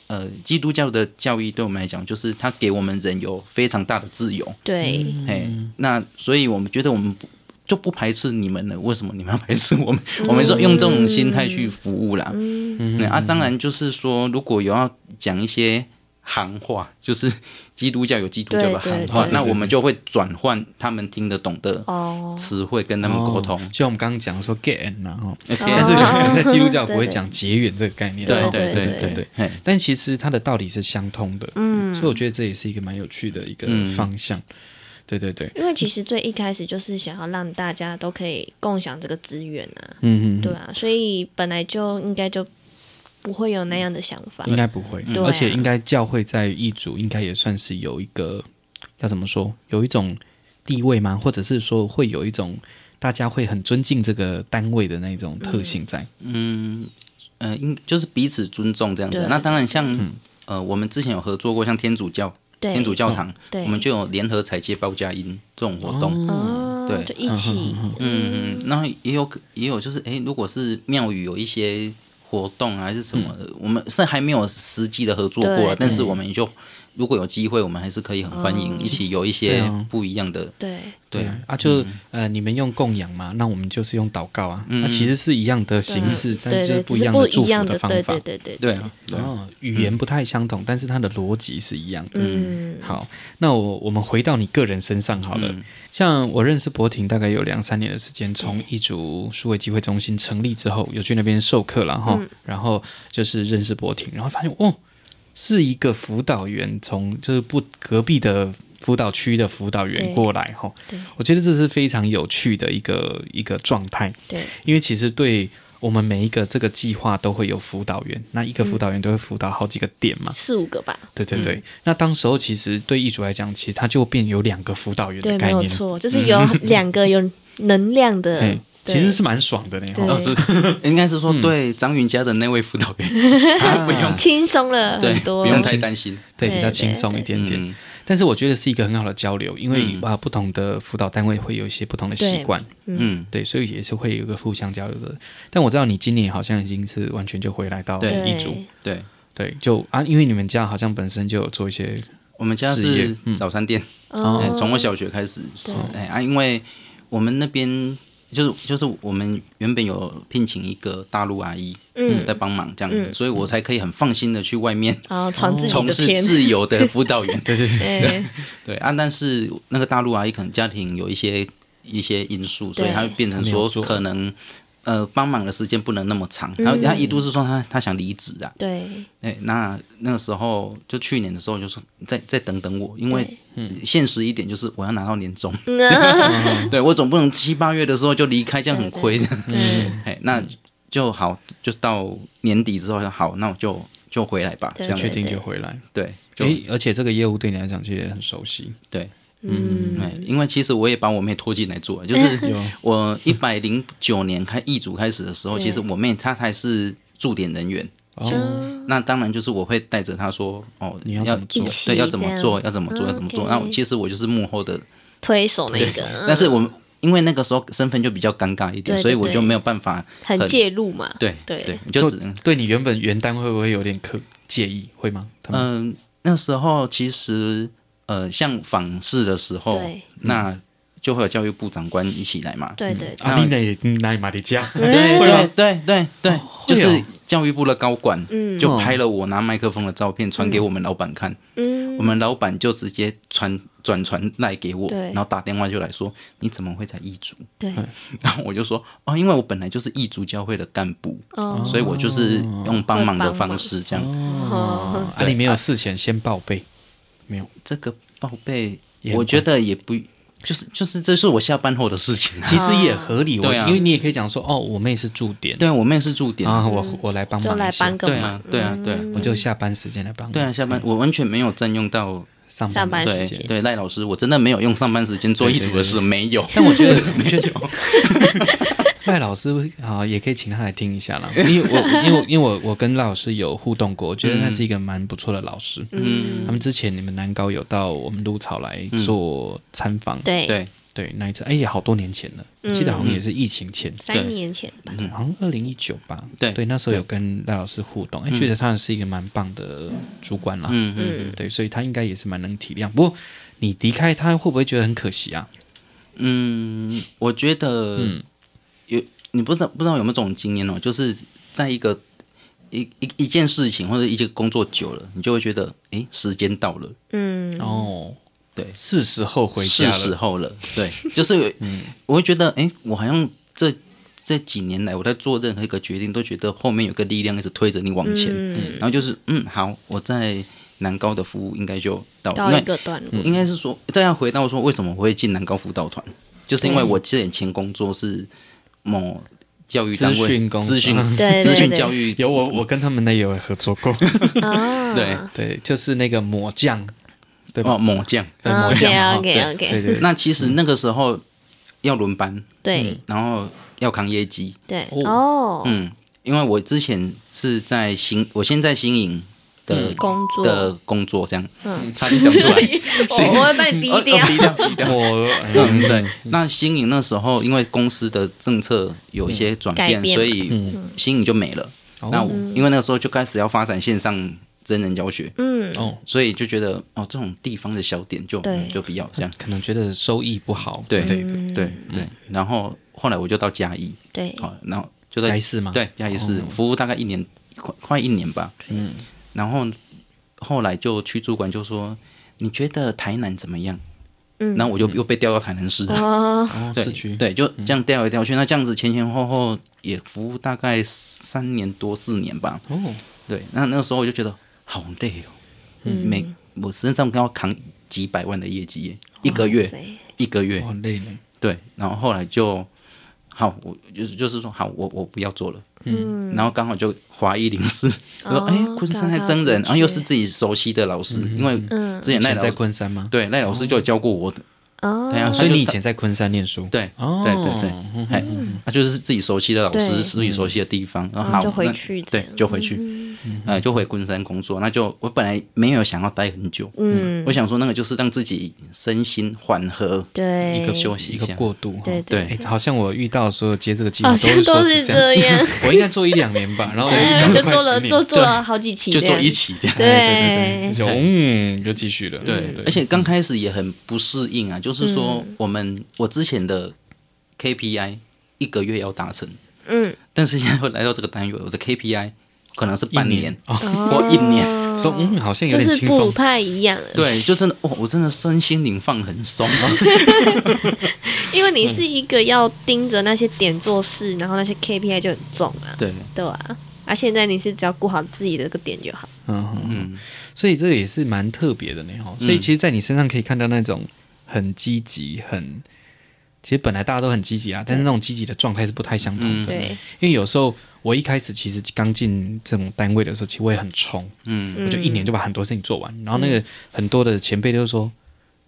Speaker 3: 呃基督教的教义对我们来讲，就是它给我们人有非常大的自由。
Speaker 2: 对，
Speaker 1: 嗯
Speaker 3: 哎、那所以我们觉得我们不就不排斥你们了，为什么你们要排斥我们？
Speaker 2: 嗯
Speaker 3: 我们说用这种心态去服务啦。嗯，啊，当然就是说，如果有要讲一些。行话就是基督教有基督教的
Speaker 2: 对
Speaker 3: 行
Speaker 2: 对
Speaker 3: 话，
Speaker 2: 对
Speaker 3: 那我们就会转换他们听得懂的
Speaker 2: 哦，
Speaker 3: 词汇跟他们沟通。 <laughs>
Speaker 1: 就像我们刚刚讲说 get in 然后，
Speaker 3: OK，
Speaker 1: 但是
Speaker 2: 哦
Speaker 1: 在基督教不会
Speaker 2: 对对
Speaker 1: 讲结缘这个概念，
Speaker 3: 对
Speaker 1: 哦
Speaker 2: 对
Speaker 3: 对对
Speaker 1: 对对
Speaker 3: 对，嘿
Speaker 1: 但其实它的道理是相通的，嗯，所以我觉得这也是一个蛮有趣的一个
Speaker 3: 嗯
Speaker 1: 方向。对对对，
Speaker 2: 因为其实最一开始就是想要让大家都可以共享这个资源啊，
Speaker 1: 嗯嗯，
Speaker 2: 对啊，所以本来就应该就不会有那样的想法。
Speaker 1: 应该不会，
Speaker 2: 对啊
Speaker 1: 而且应该教会在异族应该也算是有一个要怎么说，有一种地位吗？或者是说会有一种大家会很尊敬这个单位的那种特性在？
Speaker 3: 嗯，呃，应就是彼此尊重这样子
Speaker 2: 对。
Speaker 3: 那当然像，呃，我们之前有合作过，像天主教、
Speaker 2: 对，哦
Speaker 3: 天主教堂，
Speaker 2: 对，
Speaker 3: 我们就有联合采接报佳音这种活动。
Speaker 2: 哦，
Speaker 3: 对
Speaker 2: 就一起，
Speaker 3: 嗯嗯，然后也有可也有就是，诶，如果是庙宇有一些活动啊，还是什么的，我们是还没有实际的合作过
Speaker 2: 嗯对哦
Speaker 3: 啊，但是我们就如果有机会，我们还是可以很欢迎一起有一
Speaker 1: 对
Speaker 3: 些
Speaker 1: 啊
Speaker 3: 不一样的。
Speaker 2: 对，
Speaker 3: 对，嗯
Speaker 1: 啊，啊就、呃，你们用供养嘛，那我们就是用祷告啊，那、其实是一样的形式，但
Speaker 2: 对啊
Speaker 1: 是就
Speaker 2: 对，
Speaker 1: 是
Speaker 2: 只
Speaker 1: 一
Speaker 2: 是
Speaker 1: 样
Speaker 2: 不
Speaker 1: 的祝
Speaker 2: 一样
Speaker 1: 福
Speaker 2: 的，
Speaker 1: 方
Speaker 2: 对
Speaker 1: 法
Speaker 2: 对。对对
Speaker 3: 对啊，对啊，
Speaker 1: 哦，语言不太相同，但是它的逻辑是一样的。
Speaker 2: 嗯，
Speaker 1: 好，那我我们回到你个人身上好了。像我认识博婷大概有两三年的时间，从一组数位机会中心成立之后，有去那边授课了
Speaker 2: 嗯
Speaker 1: 哈，然后就是认识博婷，然后发现哦，是一个辅导员从就是不隔壁的辅导区的辅导员
Speaker 2: 对
Speaker 1: 过来哈
Speaker 2: 对，
Speaker 1: 我觉得这是非常有趣的一个一个状态。
Speaker 2: 对，
Speaker 1: 因为其实对我们每一个这个计划都会有辅导员，那一
Speaker 2: 嗯
Speaker 1: 个辅导员都会辅导好几个点嘛。
Speaker 2: 四五个吧，
Speaker 1: 对对
Speaker 3: 嗯
Speaker 1: 对，那当时候其实对艺术来讲，其实它就变有两个辅导员的
Speaker 2: 对，没
Speaker 1: 概
Speaker 2: 有
Speaker 1: 念，嗯
Speaker 2: 错，就是
Speaker 1: <laughs>
Speaker 2: 有两个有能量的
Speaker 1: 哎，，
Speaker 2: 对
Speaker 1: 其实是蛮爽的呢。
Speaker 2: 对
Speaker 1: 哦
Speaker 3: <laughs> 应该是
Speaker 1: 嗯
Speaker 3: 说对张云家的那位辅导
Speaker 2: <laughs>
Speaker 3: 员，
Speaker 1: 啊
Speaker 2: 轻松了
Speaker 3: 对，
Speaker 2: 很多
Speaker 3: 不，用太担心。
Speaker 1: 对，
Speaker 2: 对
Speaker 1: 比较轻松一点点。
Speaker 3: 嗯，
Speaker 1: 但是我觉得是一个很好的交流，因为
Speaker 3: 嗯
Speaker 1: 啊，不同的辅导单位会有一些不同的习惯，
Speaker 3: 嗯，
Speaker 1: 对，所以也是会有一个互相交流的。但我知道你今年好像已经是完全就回来到
Speaker 3: 对
Speaker 1: 一组，
Speaker 2: 对，
Speaker 3: 对，
Speaker 1: 对，就啊，因为你们家好像本身就有做一些
Speaker 3: 我们家
Speaker 1: 事业
Speaker 3: 是
Speaker 1: 嗯
Speaker 3: 早餐店，哎
Speaker 2: 哦，
Speaker 3: 从我小学开始
Speaker 2: 对，
Speaker 3: 哎啊，因为我们那边就是就是我们原本有聘请一个大陆阿姨
Speaker 2: 嗯
Speaker 3: 在帮忙这样，
Speaker 2: 嗯
Speaker 3: 所以我才可以很放心的去外面
Speaker 2: 然后哦闯自己
Speaker 3: 哦从
Speaker 2: 的
Speaker 3: 事
Speaker 2: 天，
Speaker 3: 自
Speaker 2: <laughs>
Speaker 3: 由的辅导员。对对
Speaker 2: 对
Speaker 3: 对啊，但是那个大陆阿姨可能家庭有一些一些因素，所以
Speaker 2: 对
Speaker 3: 她变成
Speaker 1: 她没有
Speaker 3: 说
Speaker 1: 做
Speaker 3: 可能。呃，帮忙的时间不能那么长，
Speaker 2: 嗯
Speaker 3: 然后她一度是说她她想离职啊， <laughs>
Speaker 2: 对
Speaker 3: 哎，那那个时候就去年的时候就说再再等等我，因为
Speaker 2: 对
Speaker 1: 嗯
Speaker 3: 现实一点就是我要拿到年终，
Speaker 2: 嗯
Speaker 3: <laughs> 对我总不能七八月的时候就离开，这样很亏的。 <laughs>
Speaker 2: 嗯
Speaker 3: 哎，那就好，就到年底之后就好，那我就就回来吧，这
Speaker 2: 对
Speaker 3: 样
Speaker 1: 确
Speaker 3: 子。
Speaker 1: 定就回来。
Speaker 3: 对，就
Speaker 1: 诶，而且这个业务对你来讲其实也很熟悉。
Speaker 3: 对，
Speaker 2: 嗯
Speaker 3: 哎，因为其实我也把我妹拖进来做， <laughs> 就是我一百零九年开易主开始的时候，
Speaker 2: 对
Speaker 3: 其实我妹她还是驻点人员。
Speaker 1: 哦，
Speaker 2: 嗯
Speaker 3: 那当然就是我会带着她说，哦，
Speaker 1: 你要怎么做一
Speaker 2: 起
Speaker 3: 对，要怎
Speaker 2: 这
Speaker 3: 么
Speaker 2: 样
Speaker 3: 做，要怎么做，
Speaker 2: 嗯
Speaker 3: 要怎么做。
Speaker 2: OK
Speaker 3: 那我其实我就是幕后的
Speaker 2: 推手那个，
Speaker 3: 但是我们因为那个时候身份就比较尴尬一
Speaker 2: 对
Speaker 3: 点，
Speaker 2: 对
Speaker 3: 所以我
Speaker 2: 对
Speaker 3: 就没有办法
Speaker 2: 很
Speaker 3: 很
Speaker 2: 介入嘛，
Speaker 3: 对
Speaker 2: 对
Speaker 3: 对，你
Speaker 1: 就
Speaker 3: 就只能
Speaker 1: 对你原本原单会不会有点可介意？会吗？他们
Speaker 3: 嗯、那时候其实呃，像访视的时候
Speaker 2: 对，
Speaker 3: 那就会有教育部长官一起来嘛，
Speaker 2: 对对对，
Speaker 1: 啊，你哪嗯哪里买的家？
Speaker 3: 对
Speaker 1: 会吗
Speaker 3: 对对对对，就
Speaker 1: 会
Speaker 3: 是
Speaker 1: 哦
Speaker 3: 教育部的高管。
Speaker 2: 嗯
Speaker 3: 就拍了我拿麦克风的照片传给我们老板看，
Speaker 2: 嗯
Speaker 3: 我们老板就直接传转传赖给我，
Speaker 2: 对
Speaker 3: 然后打电话就来说你怎么会在异族？ <laughs>
Speaker 2: 对
Speaker 3: 然后我就说哦，因为我本来就是异族教会的干部，
Speaker 2: 哦
Speaker 3: 所以我就是用帮忙的方式这样。
Speaker 2: 哦
Speaker 1: 啊，你没有事前先报备，没有。
Speaker 3: 这个报备，
Speaker 1: 也很
Speaker 3: 我觉得也不就是就是这是我下班后的事情、啊。 <laughs>
Speaker 1: 其实也合理，我
Speaker 3: 对啊
Speaker 1: 因为你也可以讲说，哦，我妹是驻点
Speaker 3: 对啊，我妹是驻点，
Speaker 1: 啊，我我来帮
Speaker 2: 就
Speaker 1: 忙嗯
Speaker 2: 来
Speaker 1: 一下
Speaker 2: 帮，个
Speaker 3: 对
Speaker 2: 忙
Speaker 3: 啊，，对啊，对啊，
Speaker 1: 我就下班时间来帮忙。
Speaker 3: 对啊，下班我完全没有占用到。
Speaker 1: 上
Speaker 2: 上
Speaker 1: 班
Speaker 2: 班时
Speaker 1: 的
Speaker 3: 对
Speaker 1: 时
Speaker 2: 间
Speaker 1: 间。
Speaker 3: 对，赖老师，我真的没有用上班时间做一组的事，没有。但
Speaker 1: 但我觉得， <laughs> 我觉得赖老师啊，也可以请他来听一下啦，因为我因为我因为我我跟赖老师有互动过，我觉得他是一个蛮不错的老师。
Speaker 3: 嗯，
Speaker 1: 他们之前你们南高有到我们鹿草来做参访，
Speaker 2: 对
Speaker 3: <laughs> 对，
Speaker 1: 对那一次，哎，也好多年前了，我
Speaker 2: 嗯
Speaker 1: 记得好像也是疫情前，
Speaker 2: 三年前吧，
Speaker 1: 对好像二零一九吧，
Speaker 3: 嗯对
Speaker 1: 对，那时候有跟赖老师互动，哎，觉得他是一个蛮棒的主管啦，
Speaker 3: 嗯嗯，
Speaker 2: 嗯，
Speaker 1: 对，所以他应该也是蛮能体谅。不过你离开他会不会觉得很可惜啊？
Speaker 3: 嗯，我觉得
Speaker 1: 嗯
Speaker 3: 有你不知道不知道有没有这种经验哦，就是在一个一一一件事情或者一件工作久了，你就会觉得，诶，时间到了。
Speaker 2: 嗯，
Speaker 1: 哦，
Speaker 3: 对
Speaker 1: 是时候回家
Speaker 3: 是
Speaker 1: 了，
Speaker 3: 时候了，对，就是，我会觉得，哎、我好像这这几年来我在做任何一个决定，都觉得后面有个力量一直推着你往前，然后就是，嗯，好，我在南高的服务应该就到了，
Speaker 2: 到
Speaker 3: 因
Speaker 2: 一
Speaker 3: 为
Speaker 2: 个段落，
Speaker 1: <laughs>
Speaker 3: 应该是说，这样回到说为什么我会进南高辅导团，就是因为我之前工作是某教育单
Speaker 1: 资
Speaker 3: 位
Speaker 1: 讯公司
Speaker 3: 资讯
Speaker 2: 对对
Speaker 3: 资讯
Speaker 2: 对
Speaker 3: 教育
Speaker 1: <laughs> 有我，我跟他们那也有合作
Speaker 3: <laughs>
Speaker 1: 过，
Speaker 2: 啊，
Speaker 3: 对
Speaker 1: 对，就是那个抹酱，对吧？
Speaker 3: 哦某将。
Speaker 1: 对抹酱嘛
Speaker 2: OK，OK，
Speaker 1: 哈
Speaker 2: 啊 OK
Speaker 1: 对对对，
Speaker 3: 那其实那个时候要轮班，
Speaker 1: 嗯
Speaker 2: 对
Speaker 3: 然后要扛业绩，
Speaker 2: 对
Speaker 1: 哦
Speaker 2: 哦，
Speaker 3: 嗯，因为我之前是在新，我先在新营的
Speaker 2: 工作
Speaker 3: 的工作这样，
Speaker 2: 嗯，
Speaker 3: 差点讲出来，
Speaker 2: <laughs> 我我会帮你逼掉
Speaker 3: 哦，低调低调。
Speaker 1: 抹
Speaker 3: 嗯，
Speaker 1: 嗯
Speaker 3: 对。那新营那时候，因为公司的政策有一些转
Speaker 2: 改
Speaker 3: 变，
Speaker 2: 变嗯
Speaker 3: 所以新营就没了。
Speaker 1: 嗯
Speaker 3: 那我因为那个时候就开始要发展线上真人教学，
Speaker 2: 嗯，
Speaker 1: 哦，
Speaker 3: 所以就觉得哦，这种地方的小点就嗯
Speaker 2: 对
Speaker 3: 就比较这样。
Speaker 1: 可能觉得收益不好之
Speaker 3: 对
Speaker 2: 嗯
Speaker 1: 类的，
Speaker 3: 对对。然后后来我就到嘉义，
Speaker 2: 对，
Speaker 3: 哦，然后就在
Speaker 1: 该是吗？
Speaker 3: 对，嘉义市服务大概一年，快快一年吧。嗯，然后后来就去主管就说：“你觉得台南怎么样？”
Speaker 2: 嗯
Speaker 3: 然后我就又被调到台南市，
Speaker 2: 哦，
Speaker 1: 哦，
Speaker 3: 对
Speaker 1: 市区，
Speaker 3: 对，就这样调来调去。那这样子前前后后也服务大概三年多四年吧。
Speaker 1: 哦，
Speaker 3: 对，那那个时候我就觉得好累哦，
Speaker 2: 嗯
Speaker 3: 每我身上要扛几百万的业绩耶，一个
Speaker 2: 哇
Speaker 3: 月
Speaker 2: 塞
Speaker 3: 一个月
Speaker 1: 我，很累呢，
Speaker 3: 对，然后后来就好，我就是就是说好，我我不要做了，嗯，然后刚好就华一零四，我说
Speaker 2: 哦
Speaker 3: 哎，昆山还真人，
Speaker 2: 刚好进去
Speaker 3: 然后又是自己熟悉的老师，因为
Speaker 2: 嗯
Speaker 3: 之前
Speaker 1: 以
Speaker 3: 赖
Speaker 1: 前
Speaker 3: 老
Speaker 1: 在
Speaker 3: 师
Speaker 1: 昆山吗？
Speaker 3: 对赖老师就有教过我的，对
Speaker 2: 哦，
Speaker 3: 啊，
Speaker 1: 所以
Speaker 3: 就
Speaker 1: 你以
Speaker 3: 他
Speaker 1: 前在昆山念书，
Speaker 3: 对
Speaker 1: 哦嗯
Speaker 3: 对对对，哎，他就是自己熟悉的老
Speaker 2: 对
Speaker 3: 师，自己熟悉的地方，然后
Speaker 2: 然嗯
Speaker 3: 哦好
Speaker 2: 后就回
Speaker 3: 那
Speaker 2: 去这
Speaker 3: 对
Speaker 2: 样，嗯
Speaker 3: 就回去，
Speaker 1: 嗯
Speaker 3: 呃，就回昆山工作，那就我本来没有想要待很久，
Speaker 2: 嗯，
Speaker 3: 我想说那个就是让自己身心缓和，
Speaker 2: 对，
Speaker 3: 一个休
Speaker 1: 嗯
Speaker 3: 息
Speaker 1: 一
Speaker 3: 一
Speaker 1: 个
Speaker 3: 下，
Speaker 1: 过渡，哈
Speaker 2: 对对
Speaker 1: 哎
Speaker 3: 对，
Speaker 1: 好像我遇到所有接这个计划
Speaker 2: 好
Speaker 1: 都
Speaker 2: 像
Speaker 1: 是
Speaker 2: 哦都
Speaker 1: 说
Speaker 2: 是
Speaker 1: 是这样，
Speaker 2: 这
Speaker 3: <laughs>
Speaker 2: 样，
Speaker 1: 我应该做一两年吧，然后我
Speaker 2: <laughs>
Speaker 1: 遇到
Speaker 2: 就
Speaker 1: 快
Speaker 2: 做了
Speaker 1: 10年
Speaker 2: 做做了好几期，
Speaker 3: 就做一，起这样。
Speaker 2: 对
Speaker 1: 就嗯，又继续了，
Speaker 3: 对，
Speaker 2: 嗯
Speaker 3: 而且刚开始也很不适应啊，就是说我们、我之前的 KPI 一个月要达成，
Speaker 2: 嗯，
Speaker 3: 但是现在来到这个单元，我的 KPI 可能是半
Speaker 1: 一
Speaker 3: 年
Speaker 1: 年
Speaker 3: 或一年，
Speaker 1: 说嗯，好像有
Speaker 2: 就
Speaker 1: 点
Speaker 2: 是
Speaker 1: 轻
Speaker 2: 不
Speaker 1: 松，
Speaker 2: 太一样了，
Speaker 3: 对，就真的哦，我真的身心灵放很松、啊
Speaker 2: 因为
Speaker 3: 嗯
Speaker 2: 你是一个要盯着那些点做事，然后那些 KPI 就很重啊，
Speaker 3: 对，
Speaker 2: 对啊，啊，现在你是只要顾好自己的个点就好，
Speaker 1: 嗯嗯，
Speaker 3: 嗯，
Speaker 1: 所以这也是蛮特别的呢，哈，
Speaker 2: 嗯
Speaker 1: 所以其实，在你身上可以看到那种很积极，很其实本来大家都很积极啊，但是那种积极的状态是不太相同的，
Speaker 2: 对，
Speaker 1: 因为有时候我一开始其实刚进这种单位的时候，其实我也很冲，
Speaker 3: 嗯，
Speaker 1: 我就一年就把很多事情做完，然后那个
Speaker 2: 嗯
Speaker 1: 很多的前辈都说。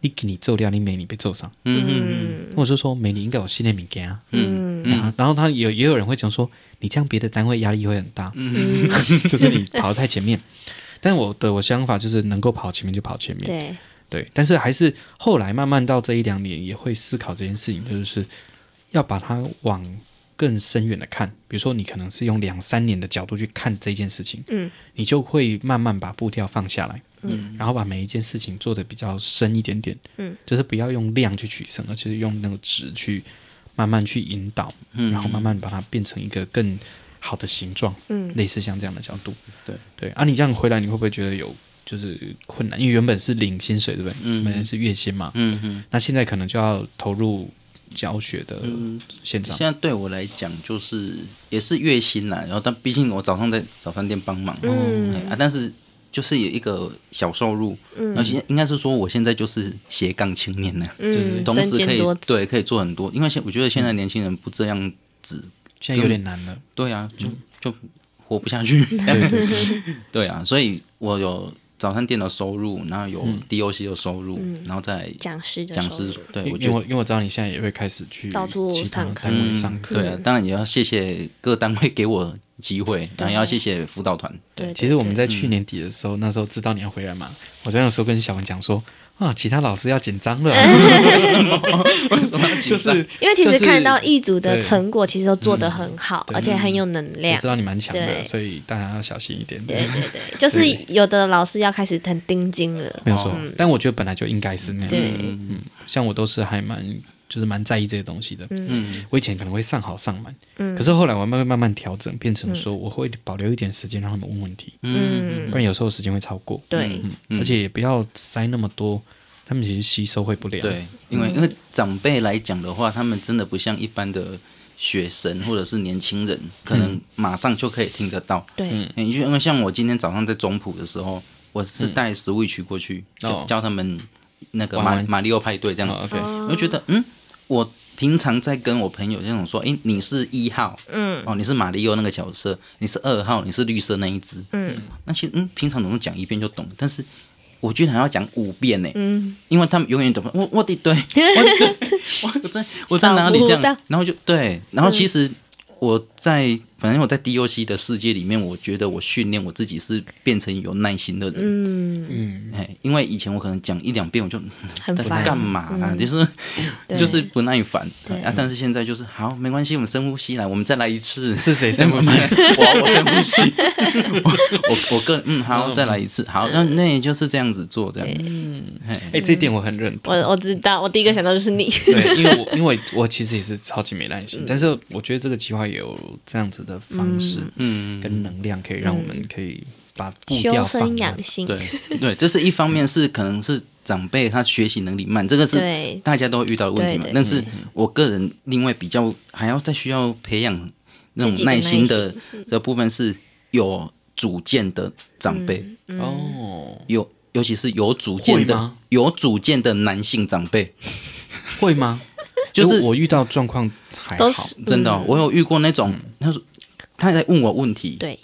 Speaker 1: 你给你做掉，你没你被揍上。
Speaker 2: 嗯
Speaker 1: 我就说没你应该有新的物件啊。
Speaker 2: 嗯
Speaker 1: 然后然后他有也有人会讲说，你这样别的单位压力会很大，
Speaker 2: 嗯，
Speaker 1: <laughs> 就是你跑得太前面。但我的我想法就是能够跑前面就跑前面，
Speaker 2: 对，
Speaker 1: 对。但是还是后来慢慢到这一两年也会思考这件事情，就是要把它往更深远的看。比如说你可能是用两三年的角度去看这件事情，
Speaker 2: 嗯，
Speaker 1: 你就会慢慢把步调放下来，嗯，然后把每一件事情做得比较深一点点，
Speaker 2: 嗯，
Speaker 1: 就是不要用量去取胜，而是用那个值去慢慢去引导，嗯，然后慢慢把它变成一个更好的形状，
Speaker 2: 嗯
Speaker 1: 类似像这样的角度，
Speaker 3: 对
Speaker 1: 对。啊，你这样回来，你会不会觉得有就是困难？因为原本是领薪水，对不对？嗯，本来是月薪嘛，
Speaker 3: 嗯嗯。
Speaker 1: 那现在可能就要投入教学的现场
Speaker 3: 现，在对我来讲，就是也是月薪啦，然后但毕竟我早上在早餐店帮忙，
Speaker 2: 嗯
Speaker 3: 哎啊，但是就是有一个小收入，嗯，而且应该是说我现在就是斜杠青年呢，
Speaker 2: 嗯，
Speaker 3: 同
Speaker 2: 身
Speaker 3: 时可
Speaker 2: 兼
Speaker 3: 以
Speaker 2: 多职，
Speaker 3: 对可以做很多，因为现我觉得现在年轻人不这样子，
Speaker 1: 现在有点难了。
Speaker 3: 对啊，就
Speaker 1: 嗯
Speaker 3: 就活不下
Speaker 2: <laughs>
Speaker 3: 去，对对啊，所以我有早餐店的收入，然后有
Speaker 1: 嗯
Speaker 3: DOC 的收入，然后再
Speaker 2: 讲师嗯的
Speaker 3: 讲
Speaker 2: 收入
Speaker 3: 师，对
Speaker 1: 因
Speaker 3: 我
Speaker 1: 为
Speaker 3: 觉
Speaker 1: 因为
Speaker 3: 得
Speaker 1: 我因为我知道你现在也会开始去
Speaker 2: 到处
Speaker 1: 其他
Speaker 2: 上
Speaker 1: 的
Speaker 2: 课
Speaker 1: 单位上课，
Speaker 2: 嗯
Speaker 3: 对啊，当然也要谢谢各单位给我机会，然后也要谢谢辅导团。
Speaker 2: 对，嗯
Speaker 1: 其实我们在去年底的时候，那时候知道你要回来嘛，我真的有时候跟小文讲说啊，其他老师要紧
Speaker 2: <laughs>
Speaker 1: 张了，
Speaker 3: 为什么要紧
Speaker 1: 就是
Speaker 2: 因为其
Speaker 1: 就
Speaker 2: 实
Speaker 1: 是
Speaker 2: 看到易组的
Speaker 1: 对
Speaker 2: 成果，其实都做得很好，
Speaker 1: 对
Speaker 2: 而且很有能
Speaker 1: 我
Speaker 2: 量
Speaker 1: 知。道你蛮强的，
Speaker 2: 对
Speaker 1: 所以大家要小心一点。
Speaker 2: 对对对，就是有的老师要开始很盯紧了。
Speaker 1: 没有错，但我觉得本来就应该是那样
Speaker 2: 嗯对
Speaker 1: 子。嗯，像我都是还蛮就是蛮在意这些东西的。嗯，我以前可能会上好上满，
Speaker 2: 嗯
Speaker 1: 可是后来我慢慢慢慢调整，变成说我会保留一点时间让他们问问题，
Speaker 2: 嗯，
Speaker 1: 不然有时候时间会超过。
Speaker 2: 对，
Speaker 1: 嗯，而且也不要塞那么多，他们其实吸收会不良。啊
Speaker 3: 对，因
Speaker 1: 嗯
Speaker 3: 为因为长辈来讲的话，他们真的不像一般的学生或者是年轻
Speaker 1: 嗯
Speaker 3: 人，可能马上就可以听得到。
Speaker 2: 对，
Speaker 3: 嗯，因为因为像我今天早上在中普的时候，我是带 Switch 过去，教
Speaker 1: 哦
Speaker 3: 教他们那个
Speaker 1: 玩
Speaker 3: 马
Speaker 1: 玩
Speaker 3: 马里奥派对这样。
Speaker 1: 哦，OK，
Speaker 3: 我就觉得，嗯，我平常在跟我朋友这种说，诶，你是一号，嗯，哦，你是马里奥那个角色，你是二号，你是绿色那一只，嗯，那其实，嗯，平常总是讲一遍就懂，但是我居然还要讲五遍呢，嗯，因为他们永远懂不，我我的对，我的对， <laughs> 我在我在哪里这
Speaker 2: 找不到
Speaker 3: 样，然后就对，然后其实。我在反正我在 DOC 的世界里面，我觉得我训练我自己是变成有耐心的人，
Speaker 2: 嗯，
Speaker 3: 哎，因为以前我可能讲一两遍我就嗯
Speaker 2: 很
Speaker 3: 在
Speaker 2: 烦
Speaker 3: 干嘛啊？就是
Speaker 2: 嗯对
Speaker 3: <laughs> 就是不耐烦
Speaker 2: 对
Speaker 3: 啊。但是现在就是好，没关系，我们深呼吸来，我们再来一次。
Speaker 1: 是
Speaker 3: <laughs>
Speaker 1: 谁深呼吸
Speaker 3: 我我深呼吸。 <laughs> 我我我个人嗯，好，再来一次。好，那那也就是这样子做，这样。嗯
Speaker 1: 哎，这一点我很认
Speaker 2: 我
Speaker 1: 同。
Speaker 2: 我知道，我第一个想到就是你，
Speaker 1: 对，因为我因为我其实也是超级没耐
Speaker 2: 嗯
Speaker 1: 心，但是我觉得这个计划有这样子的方式
Speaker 3: 嗯，
Speaker 1: 跟能量，可以让我们可以把步
Speaker 2: 嗯修 <laughs>
Speaker 1: 调放
Speaker 2: 身
Speaker 1: 慢
Speaker 2: 养性，
Speaker 3: 对对，这是一方面是可能是长辈他学习能力慢，这个是
Speaker 2: 对
Speaker 3: 大家都会遇到的问题嘛
Speaker 2: 对对。
Speaker 3: 但是我个人另外比较还要再需要培养那
Speaker 2: 自
Speaker 3: 种
Speaker 2: 己的
Speaker 3: 耐心
Speaker 2: 耐
Speaker 3: 的的部分是有主见的长辈。
Speaker 2: 嗯
Speaker 1: 哦，
Speaker 3: 有，尤其是有主见
Speaker 1: 会
Speaker 3: 的
Speaker 1: 吗
Speaker 3: 有主见的男性长辈，
Speaker 1: 会吗？
Speaker 3: 就是
Speaker 1: 我遇到状况还
Speaker 2: 都
Speaker 1: 好
Speaker 2: 是，
Speaker 3: 真的哦、我有遇过那种，他说他在问我问题，
Speaker 2: 对，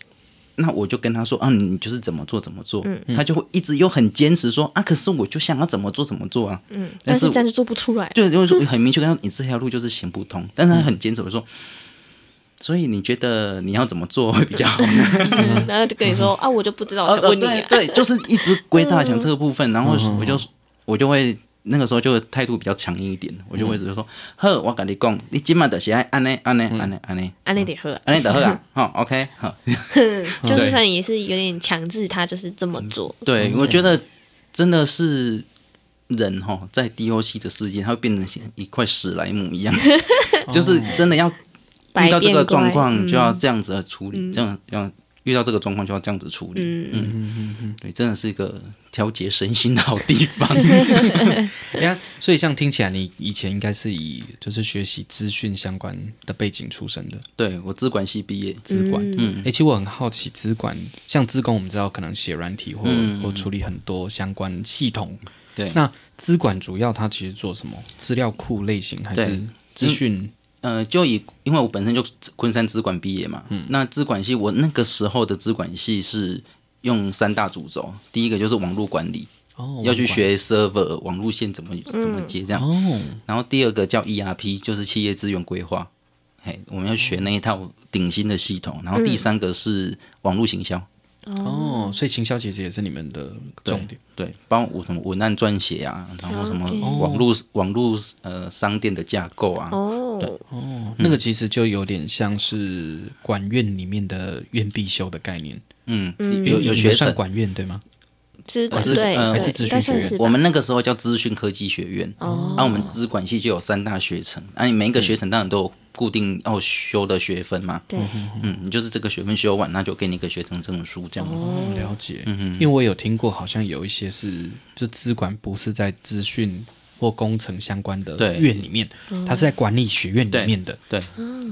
Speaker 3: 那我就跟他说啊，你你就是怎么做怎么做，他就会一直又很坚持说啊，可是我就想要怎么做怎么做啊，嗯，
Speaker 2: 但
Speaker 3: 但
Speaker 2: 是
Speaker 3: 是
Speaker 2: 这样就做不出来，
Speaker 3: 对，就是说很明确跟他说你这条路就是行不通，但是他很坚持，我说。所以你觉得你要怎么做会比较好呢？
Speaker 2: <laughs> 然后就跟你说啊，我就不知道，我
Speaker 3: 呃
Speaker 2: 才
Speaker 3: 呃
Speaker 2: 问你
Speaker 3: 对
Speaker 2: 啊，
Speaker 3: 对，就是一直归大强这个部分，然后我就我就会那个时候就态度比较强硬一点，我就会直接说：呵，我跟你讲，你今晚就是爱安尼安尼安尼安尼
Speaker 2: 安利得喝啊，
Speaker 3: 安尼就好啊，好 OK 好。
Speaker 2: <laughs> 就是算也是有点强制他就是这么做，
Speaker 3: 嗯对，我觉得真的是人哈，在 DOC 的世界，他会变成像一块史莱姆一样，就是真的要遇到这个状况
Speaker 2: 嗯
Speaker 3: 就要这样子的处理，这样这样遇到这个状况就要这样子处理。嗯嗯嗯，对，真的是一个调节身心的好地方。
Speaker 1: 人家所以像听起来，你以前应该是以就是学习资讯相关的背景出身的
Speaker 3: 对我资管系毕业，
Speaker 1: 资管。嗯，哎、其实我很好奇，资管像资工，我们知道可能写软体或、
Speaker 3: 嗯
Speaker 1: 或处理很多相关系统。
Speaker 3: 对
Speaker 1: 那资管主要它其实做什么？资料库类型还是
Speaker 3: 对
Speaker 1: 资讯？
Speaker 3: 呃，就以因为我本身就昆山资管毕业嘛，
Speaker 1: 嗯
Speaker 3: 那资管系我那个时候的资管系是用三大主轴，第一个就是网络管理，
Speaker 1: 哦
Speaker 3: 嗯要去学 server 网路线怎么怎么接这样，
Speaker 1: 哦，
Speaker 3: 然后第二个叫 ERP，就是企业资源规划，嘿，我们要学那一套顶新的系统，然后第三个是网络行销，
Speaker 1: 哦，所以行销其实也是你们的重点。哦
Speaker 3: 对，包括什么文案撰写啊，然后什么
Speaker 2: OK
Speaker 3: 网络网络呃商店的架构啊，
Speaker 2: 哦，
Speaker 3: 嗯
Speaker 1: 哦，那个其实就有点像是管院里面的院必修的概念，
Speaker 3: 嗯，有有
Speaker 1: 你
Speaker 3: 学
Speaker 1: 们算
Speaker 3: 程。
Speaker 1: 管院对吗？
Speaker 2: 资管
Speaker 3: 是
Speaker 2: 对，
Speaker 3: 呃
Speaker 2: 对
Speaker 3: 还
Speaker 1: 是资
Speaker 2: 应该
Speaker 1: 讯
Speaker 2: 算
Speaker 1: 学
Speaker 2: 是吧
Speaker 3: 我们那个时候叫资讯科技学院，哦，啊，我们资管系就有三大学程，啊，你每一个学程当然都有固定要修的学分嘛，
Speaker 2: 对，
Speaker 3: 嗯，你就是这个学分修完，那就给你一个学程证书这样，
Speaker 2: 哦
Speaker 1: 嗯了解，因为我有听过，好像有一些是就资管不是在资讯或工程相关的
Speaker 3: 对
Speaker 1: 院里面，它是在管理学院里
Speaker 3: 对
Speaker 1: 面的。
Speaker 3: 对，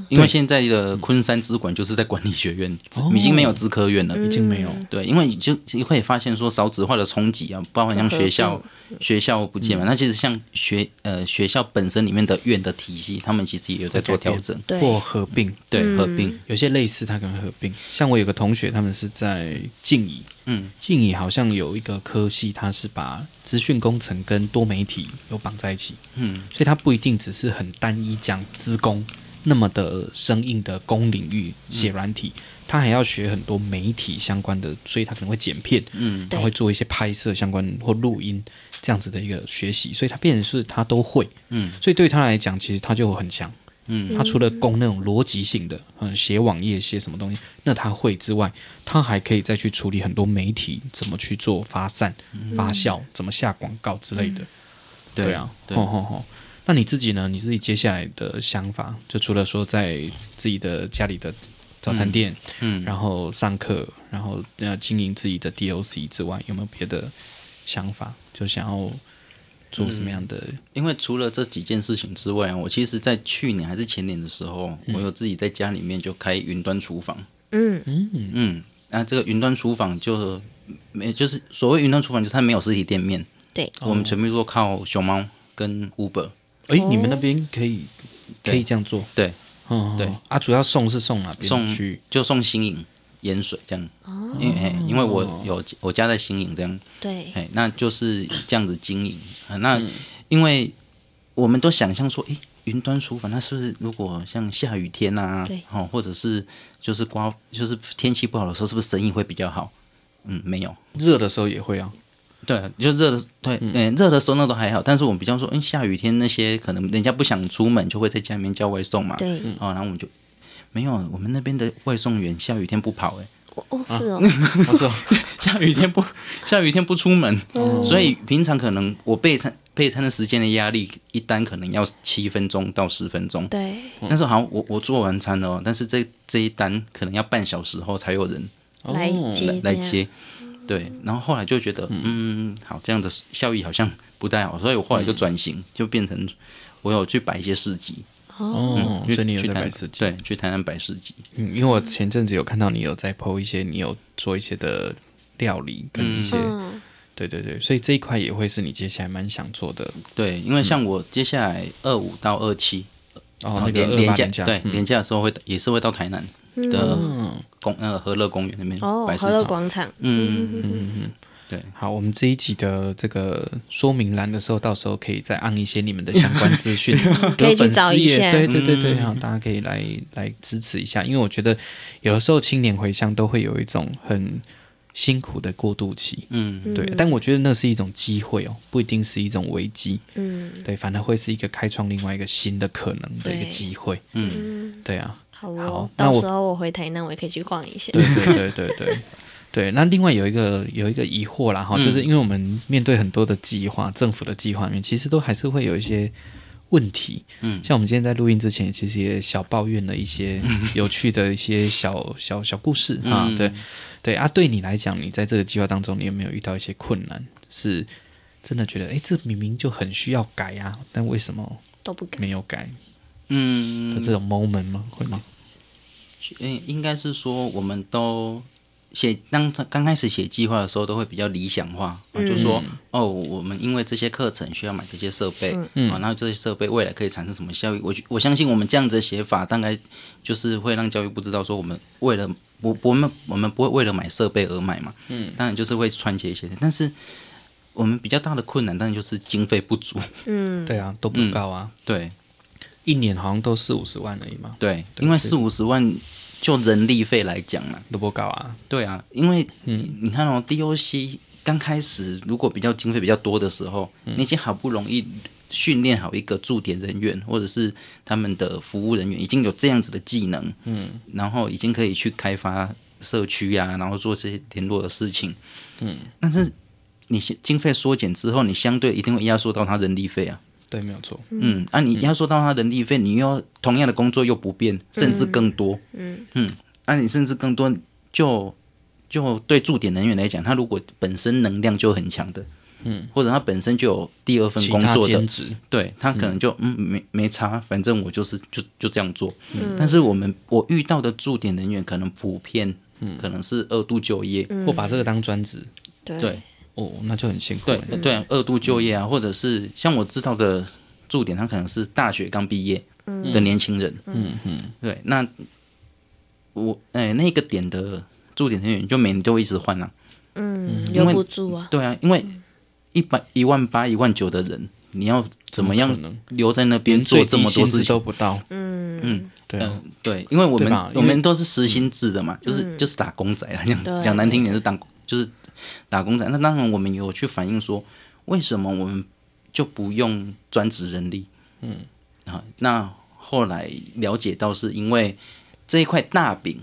Speaker 3: 因为现在的昆山资管就是在管理学院，已经没有资科院了，
Speaker 2: 嗯
Speaker 3: 已
Speaker 1: 已经没有，
Speaker 3: 对，嗯因为你就你会发现说少子化的冲击啊，包含像学校
Speaker 2: 嗯
Speaker 3: 学校不见嘛，那其实像学呃学校本身里面的院的体系，他们其实也有在做调整，
Speaker 2: 对
Speaker 1: 或合并，
Speaker 2: 嗯
Speaker 3: 对，合并，
Speaker 1: 有些类似它可能合并。像我有个同学，他们是在静怡，
Speaker 3: 嗯，
Speaker 1: 静怡好像有一个科系，它是把资讯工程跟多媒体有绑在一起，
Speaker 3: 嗯，
Speaker 1: 所以它不一定只是很单一讲资工那么的生硬的工领域写软体，
Speaker 3: 嗯
Speaker 1: 它还要学很多媒体相关的，所以它可能会剪片，
Speaker 3: 嗯，
Speaker 1: 它
Speaker 2: 对
Speaker 1: 会做一些拍摄相关或录音这样子的一个学习，所以它变成是它都会，
Speaker 3: 嗯，
Speaker 1: 所以对他来讲，其实他就很强。
Speaker 3: 嗯，
Speaker 1: 他除了攻那种逻辑性的，嗯，写网页、写什么东西，那他会之外，他还可以再去处理很多媒体怎么去做发散、
Speaker 3: 嗯
Speaker 1: 发酵，怎么下广告之类的。对啊，
Speaker 3: 对
Speaker 1: 吼吼吼。那你自己呢？你自己接下来的想法，就除了说在自己的家里的早餐店，
Speaker 3: 嗯
Speaker 1: 然后上课，然后呃经营自己的 DOC 之外，有没有别的想法？就想要做什么样的？
Speaker 3: 因为除了这几件事情之外啊，我其实在去年还是前年的时候，我有自己在家里面就开云端厨房。
Speaker 2: 嗯
Speaker 3: 嗯，那这个云端厨房就没，就是所谓云端厨房，就是它没有实体店面，
Speaker 2: 对，
Speaker 3: 我们全部都靠熊猫跟 Uber。
Speaker 1: 哎、你们那边可以可以这样做？
Speaker 3: 哦对，
Speaker 1: 嗯，
Speaker 3: 对
Speaker 1: 啊，主要送是送哪边
Speaker 3: 送
Speaker 1: 去？
Speaker 3: 就送新颖盐水这样，因为嘿因为我有我家在新颖这样，
Speaker 2: 对，
Speaker 3: 哎，那就是这样子经营。啊那、
Speaker 2: 嗯
Speaker 3: 因为我们都想象说，诶，云端厨房，那是不是如果像下雨天啊
Speaker 2: 对，
Speaker 3: 哦，或者是就是刮，就是天气不好的时候，是不是生意会比较好？嗯，没有。
Speaker 1: 热的时候也会啊。
Speaker 3: 对，就热的，对，嗯、热的时候那都还好，但是我们比较说，嗯，下雨天那些可能人家不想出门，就会在家里面叫外送嘛。
Speaker 2: 对
Speaker 3: 哦，然后我们就没有，我们那边的外送员下雨天不跑、欸，
Speaker 2: 哦哦是哦，
Speaker 3: <laughs>
Speaker 1: 他 <laughs> 说
Speaker 3: 下雨天不 <laughs> 下雨天不出门，所以平常可能我备餐备餐的时间的压力，一单可能要七分钟到十分钟。
Speaker 2: 对，
Speaker 3: 但是好像我我做完餐了哦，但是这这一单可能要半小时后才有人
Speaker 2: 来接
Speaker 3: 哦来
Speaker 2: 这样，
Speaker 3: 接，对。然后后来就觉得，嗯，好，这样的效益好像不太好，所以我后来就转
Speaker 1: 嗯
Speaker 3: 型，就变成我有去摆一些市集，
Speaker 1: 哦，
Speaker 3: 嗯去
Speaker 1: 所以你有
Speaker 3: 去
Speaker 1: 在
Speaker 3: 台
Speaker 1: 摆设计？
Speaker 3: 对，去台南摆市集，
Speaker 1: 嗯，因为我前阵子有看到你有在 PO 一些，你有做一些的料理跟一些，
Speaker 2: 嗯，
Speaker 1: 对对对，所以这一块也会是你接下来蛮想做的。
Speaker 3: 对，因为
Speaker 1: 嗯
Speaker 3: 像我接下来二五到二七，
Speaker 1: 哦，
Speaker 3: 然后
Speaker 1: 那个
Speaker 3: 连
Speaker 1: 二八
Speaker 3: 假
Speaker 1: 年假，
Speaker 3: 对
Speaker 1: 嗯
Speaker 3: 连假的时候会也是会到台南的
Speaker 1: 嗯，
Speaker 3: 公呃和乐公园那边
Speaker 2: 哦
Speaker 3: 摆市
Speaker 2: 和乐
Speaker 3: 集，
Speaker 2: 广场，
Speaker 3: 嗯，对，
Speaker 1: 好，我们这一集的这个说明栏的时候，到时候可以再按一些你们的相关资
Speaker 2: <laughs>
Speaker 1: 讯，
Speaker 2: 可以
Speaker 1: 有粉
Speaker 2: 去找
Speaker 1: 丝
Speaker 2: 一
Speaker 1: 页
Speaker 2: 下
Speaker 1: 对对对对，
Speaker 3: 嗯
Speaker 1: 好，大家可以来来支持一下，因为我觉得有的时候青年回乡都会有一种很辛苦的过渡期，
Speaker 3: 嗯，
Speaker 1: 对，但我觉得那是一种机会哦，不一定是一种危机，
Speaker 2: 嗯
Speaker 1: 对，反而会是一个开创另外一个新的可能的一个机会，
Speaker 3: 嗯，
Speaker 2: 嗯，
Speaker 1: 对啊，
Speaker 2: 好
Speaker 1: 好
Speaker 2: 哦，
Speaker 1: 那
Speaker 2: 到
Speaker 1: 我
Speaker 2: 时候我回台南，我也可以去逛一下，
Speaker 3: <laughs>
Speaker 1: 对对对对对对。那另外有一个有一个疑惑啦哈，
Speaker 3: 嗯
Speaker 1: 就是因为我们面对很多的计划，政府的计划里面，其实都还是会有一些问题。
Speaker 3: 嗯
Speaker 1: 像我们今天在录音之前，其实也小抱怨了一些有趣的一些小小小故事啊。
Speaker 3: 嗯
Speaker 1: 对对啊，对你来讲，你在这个计划当中，你有没有遇到一些困难？是真的觉得，哎，这明明就很需要改啊，但为什么
Speaker 2: 都不敢，
Speaker 1: 没有改
Speaker 3: 嗯
Speaker 1: 的，这种 moment 吗？会吗？
Speaker 3: 嗯，应该是说我们都写当刚开始写计划的时候，都会比较理想化，啊就说哦，我们因为这些课程需要买这些设备，啊，然后这些设备未来可以产生什么效益？我觉我相信我们这样子的写法，大概就是会让教育部知道说我们为了我我们我们不会为了买设备而买嘛，嗯，当然就是会串接一些，但是我们比较大的困难，当然就是经费不足，
Speaker 2: 嗯，
Speaker 1: 对啊，都不高啊，
Speaker 3: 对
Speaker 1: 一年好像都四五十万而已嘛。
Speaker 3: 对，因为四五十万就人力费来讲嘛，
Speaker 1: 都不高啊，
Speaker 3: 对啊，因为你你看哦，DOC 刚开始如果比较经费比较多的时候，你已经好不容易训练好一个驻点人员或者是他们的服务人员，已经有这样子的技能，嗯，然后已经可以去开发社区啊，然后做这些联络的事情，嗯，但是你经费缩减之后，你相对一定会压缩到他人力费啊，
Speaker 1: 对，没有错。
Speaker 3: 嗯，啊，你压缩到他人力费，你又要同样的工作又不变，甚至更多，
Speaker 2: 嗯
Speaker 3: 嗯，啊，你甚至更多，就就对驻点人员来讲，他如果本身能量就很强的，嗯，或者他本身就有第二份
Speaker 1: 其
Speaker 3: 工
Speaker 1: 他
Speaker 3: 作的
Speaker 1: 兼，职，
Speaker 3: 对他可能就嗯没没差，反正我就是就就这样做。但是我们我遇到的驻点人员可能普遍，
Speaker 1: 嗯
Speaker 3: 可能是二度就业，
Speaker 1: 或把这个当专职，
Speaker 3: 对，
Speaker 1: 哦，那就很辛苦
Speaker 3: 对
Speaker 1: 了。
Speaker 3: 对啊，二度就业啊，或者是像我知道的驻点，他可能是大学刚毕业的年轻人，嗯嗯，对，那我哎、那个点的驻点人员就每年就会一直换啊，
Speaker 2: 嗯，
Speaker 3: 因
Speaker 2: 留
Speaker 3: 为
Speaker 2: 不住啊，
Speaker 3: 对啊，因为一百一万八一万九的人，你要怎么样
Speaker 1: 怎么可能
Speaker 3: 留在那边
Speaker 1: 连
Speaker 3: 做
Speaker 1: 最
Speaker 3: 这
Speaker 1: 低
Speaker 3: 么多
Speaker 1: 薪
Speaker 3: 事
Speaker 1: 资
Speaker 3: 情
Speaker 1: 都？不到，
Speaker 2: 嗯，
Speaker 1: 对啊，
Speaker 3: 对，因为我
Speaker 1: 对
Speaker 3: 们
Speaker 1: 吧因为
Speaker 3: 我们都是实薪制的嘛，就是就是打工仔啦，讲
Speaker 2: 嗯对啊
Speaker 3: 讲难听点是打工，就是打工仔。那当然我们有去反映说，为什么我们就不用专职人力？嗯，啊，那后来了解到是因为这一块大饼，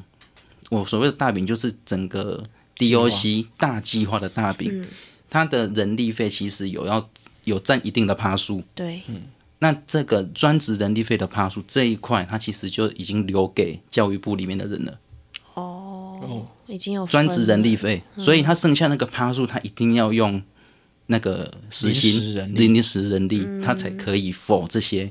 Speaker 3: 我所谓的大饼就是整个 DOC 大计划的大饼，
Speaker 2: 嗯
Speaker 3: 它的人力费其实有要有占一定的趴数，
Speaker 2: 对，
Speaker 3: 嗯那这个专职人力费的趴数这一块，它其实就已经留给教育部里面的人了，
Speaker 2: 哦，已经有
Speaker 3: 专职人
Speaker 2: 分了，
Speaker 3: 力费，
Speaker 1: 嗯
Speaker 3: 所以它剩下那个趴数，它一定要用那个时薪
Speaker 1: 临时人力
Speaker 3: 临时人力，它才可以否这些。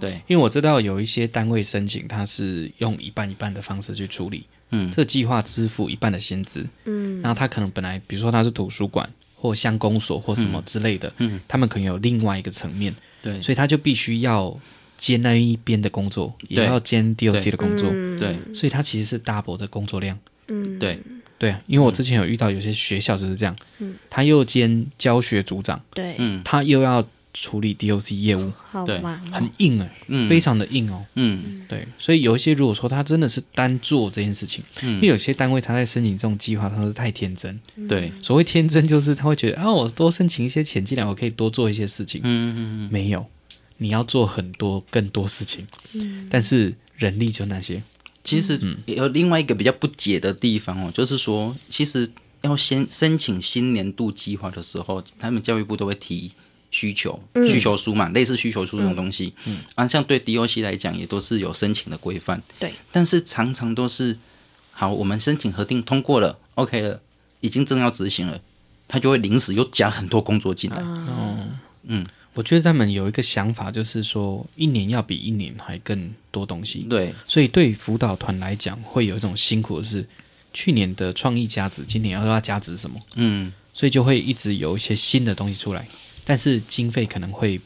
Speaker 3: 对，
Speaker 1: 因为我知道有一些单位申请，它是用一半一半的方式去处理，
Speaker 3: 嗯
Speaker 1: 这计划支付一半的薪资，
Speaker 2: 嗯
Speaker 1: 那他可能本来比如说他是图书馆或乡公所或什么之类的，
Speaker 3: 嗯，
Speaker 1: 他们可能有另外一个层面，
Speaker 3: 对，
Speaker 1: 所以他就必须要接那一边的工作，也
Speaker 3: 对
Speaker 1: 要兼 DOC
Speaker 3: 对
Speaker 1: 的工作，
Speaker 2: 嗯
Speaker 3: 对
Speaker 1: 所以他其实是 double 的工作量。
Speaker 2: 嗯
Speaker 3: 对
Speaker 1: 对啊，因为我之前有遇到有些学校就是这样，
Speaker 2: 嗯
Speaker 1: 他又兼教学组长，
Speaker 2: 对，
Speaker 3: 嗯
Speaker 1: 他又要处理 DOC 业务，
Speaker 2: 好
Speaker 3: 对
Speaker 2: 忙哦，
Speaker 1: 很硬哎、
Speaker 3: 嗯，
Speaker 1: 非常的硬哦。
Speaker 3: 嗯
Speaker 1: 对，所以有一些如果说他真的是单做这件事情，
Speaker 3: 嗯
Speaker 1: 因为有些单位他在申请这种计划，他都是太天真。
Speaker 3: 对，
Speaker 1: 所谓天真，就是他会觉得啊，我多申请一些钱进来，我可以多做一些事情。
Speaker 3: 嗯嗯嗯，
Speaker 1: 没有，你要做很多更多事情，但是人力就那些。
Speaker 3: 其实有另外一个比较不解的地方哦，就是说，其实要先申请新年度计划的时候，他们教育部都会提需求、需求书嘛，类似需求书这种东西。嗯啊，像对 DOC 来讲，也都是有申请的规范。
Speaker 2: 对，
Speaker 3: 但是常常都是，好，我们申请核定通过了，OK 了，已经正要执行了，他就会临时又加很多工作进来。
Speaker 1: 我觉得他们有一个想法，就是说一年要比一年还更多东西。
Speaker 3: 对，
Speaker 1: 所以对辅导团来讲，会有一种辛苦的是，去年的创意价值，今年要要价值什么，
Speaker 3: 嗯，
Speaker 1: 所以就会一直有一些新的东西出来，但是经费可能会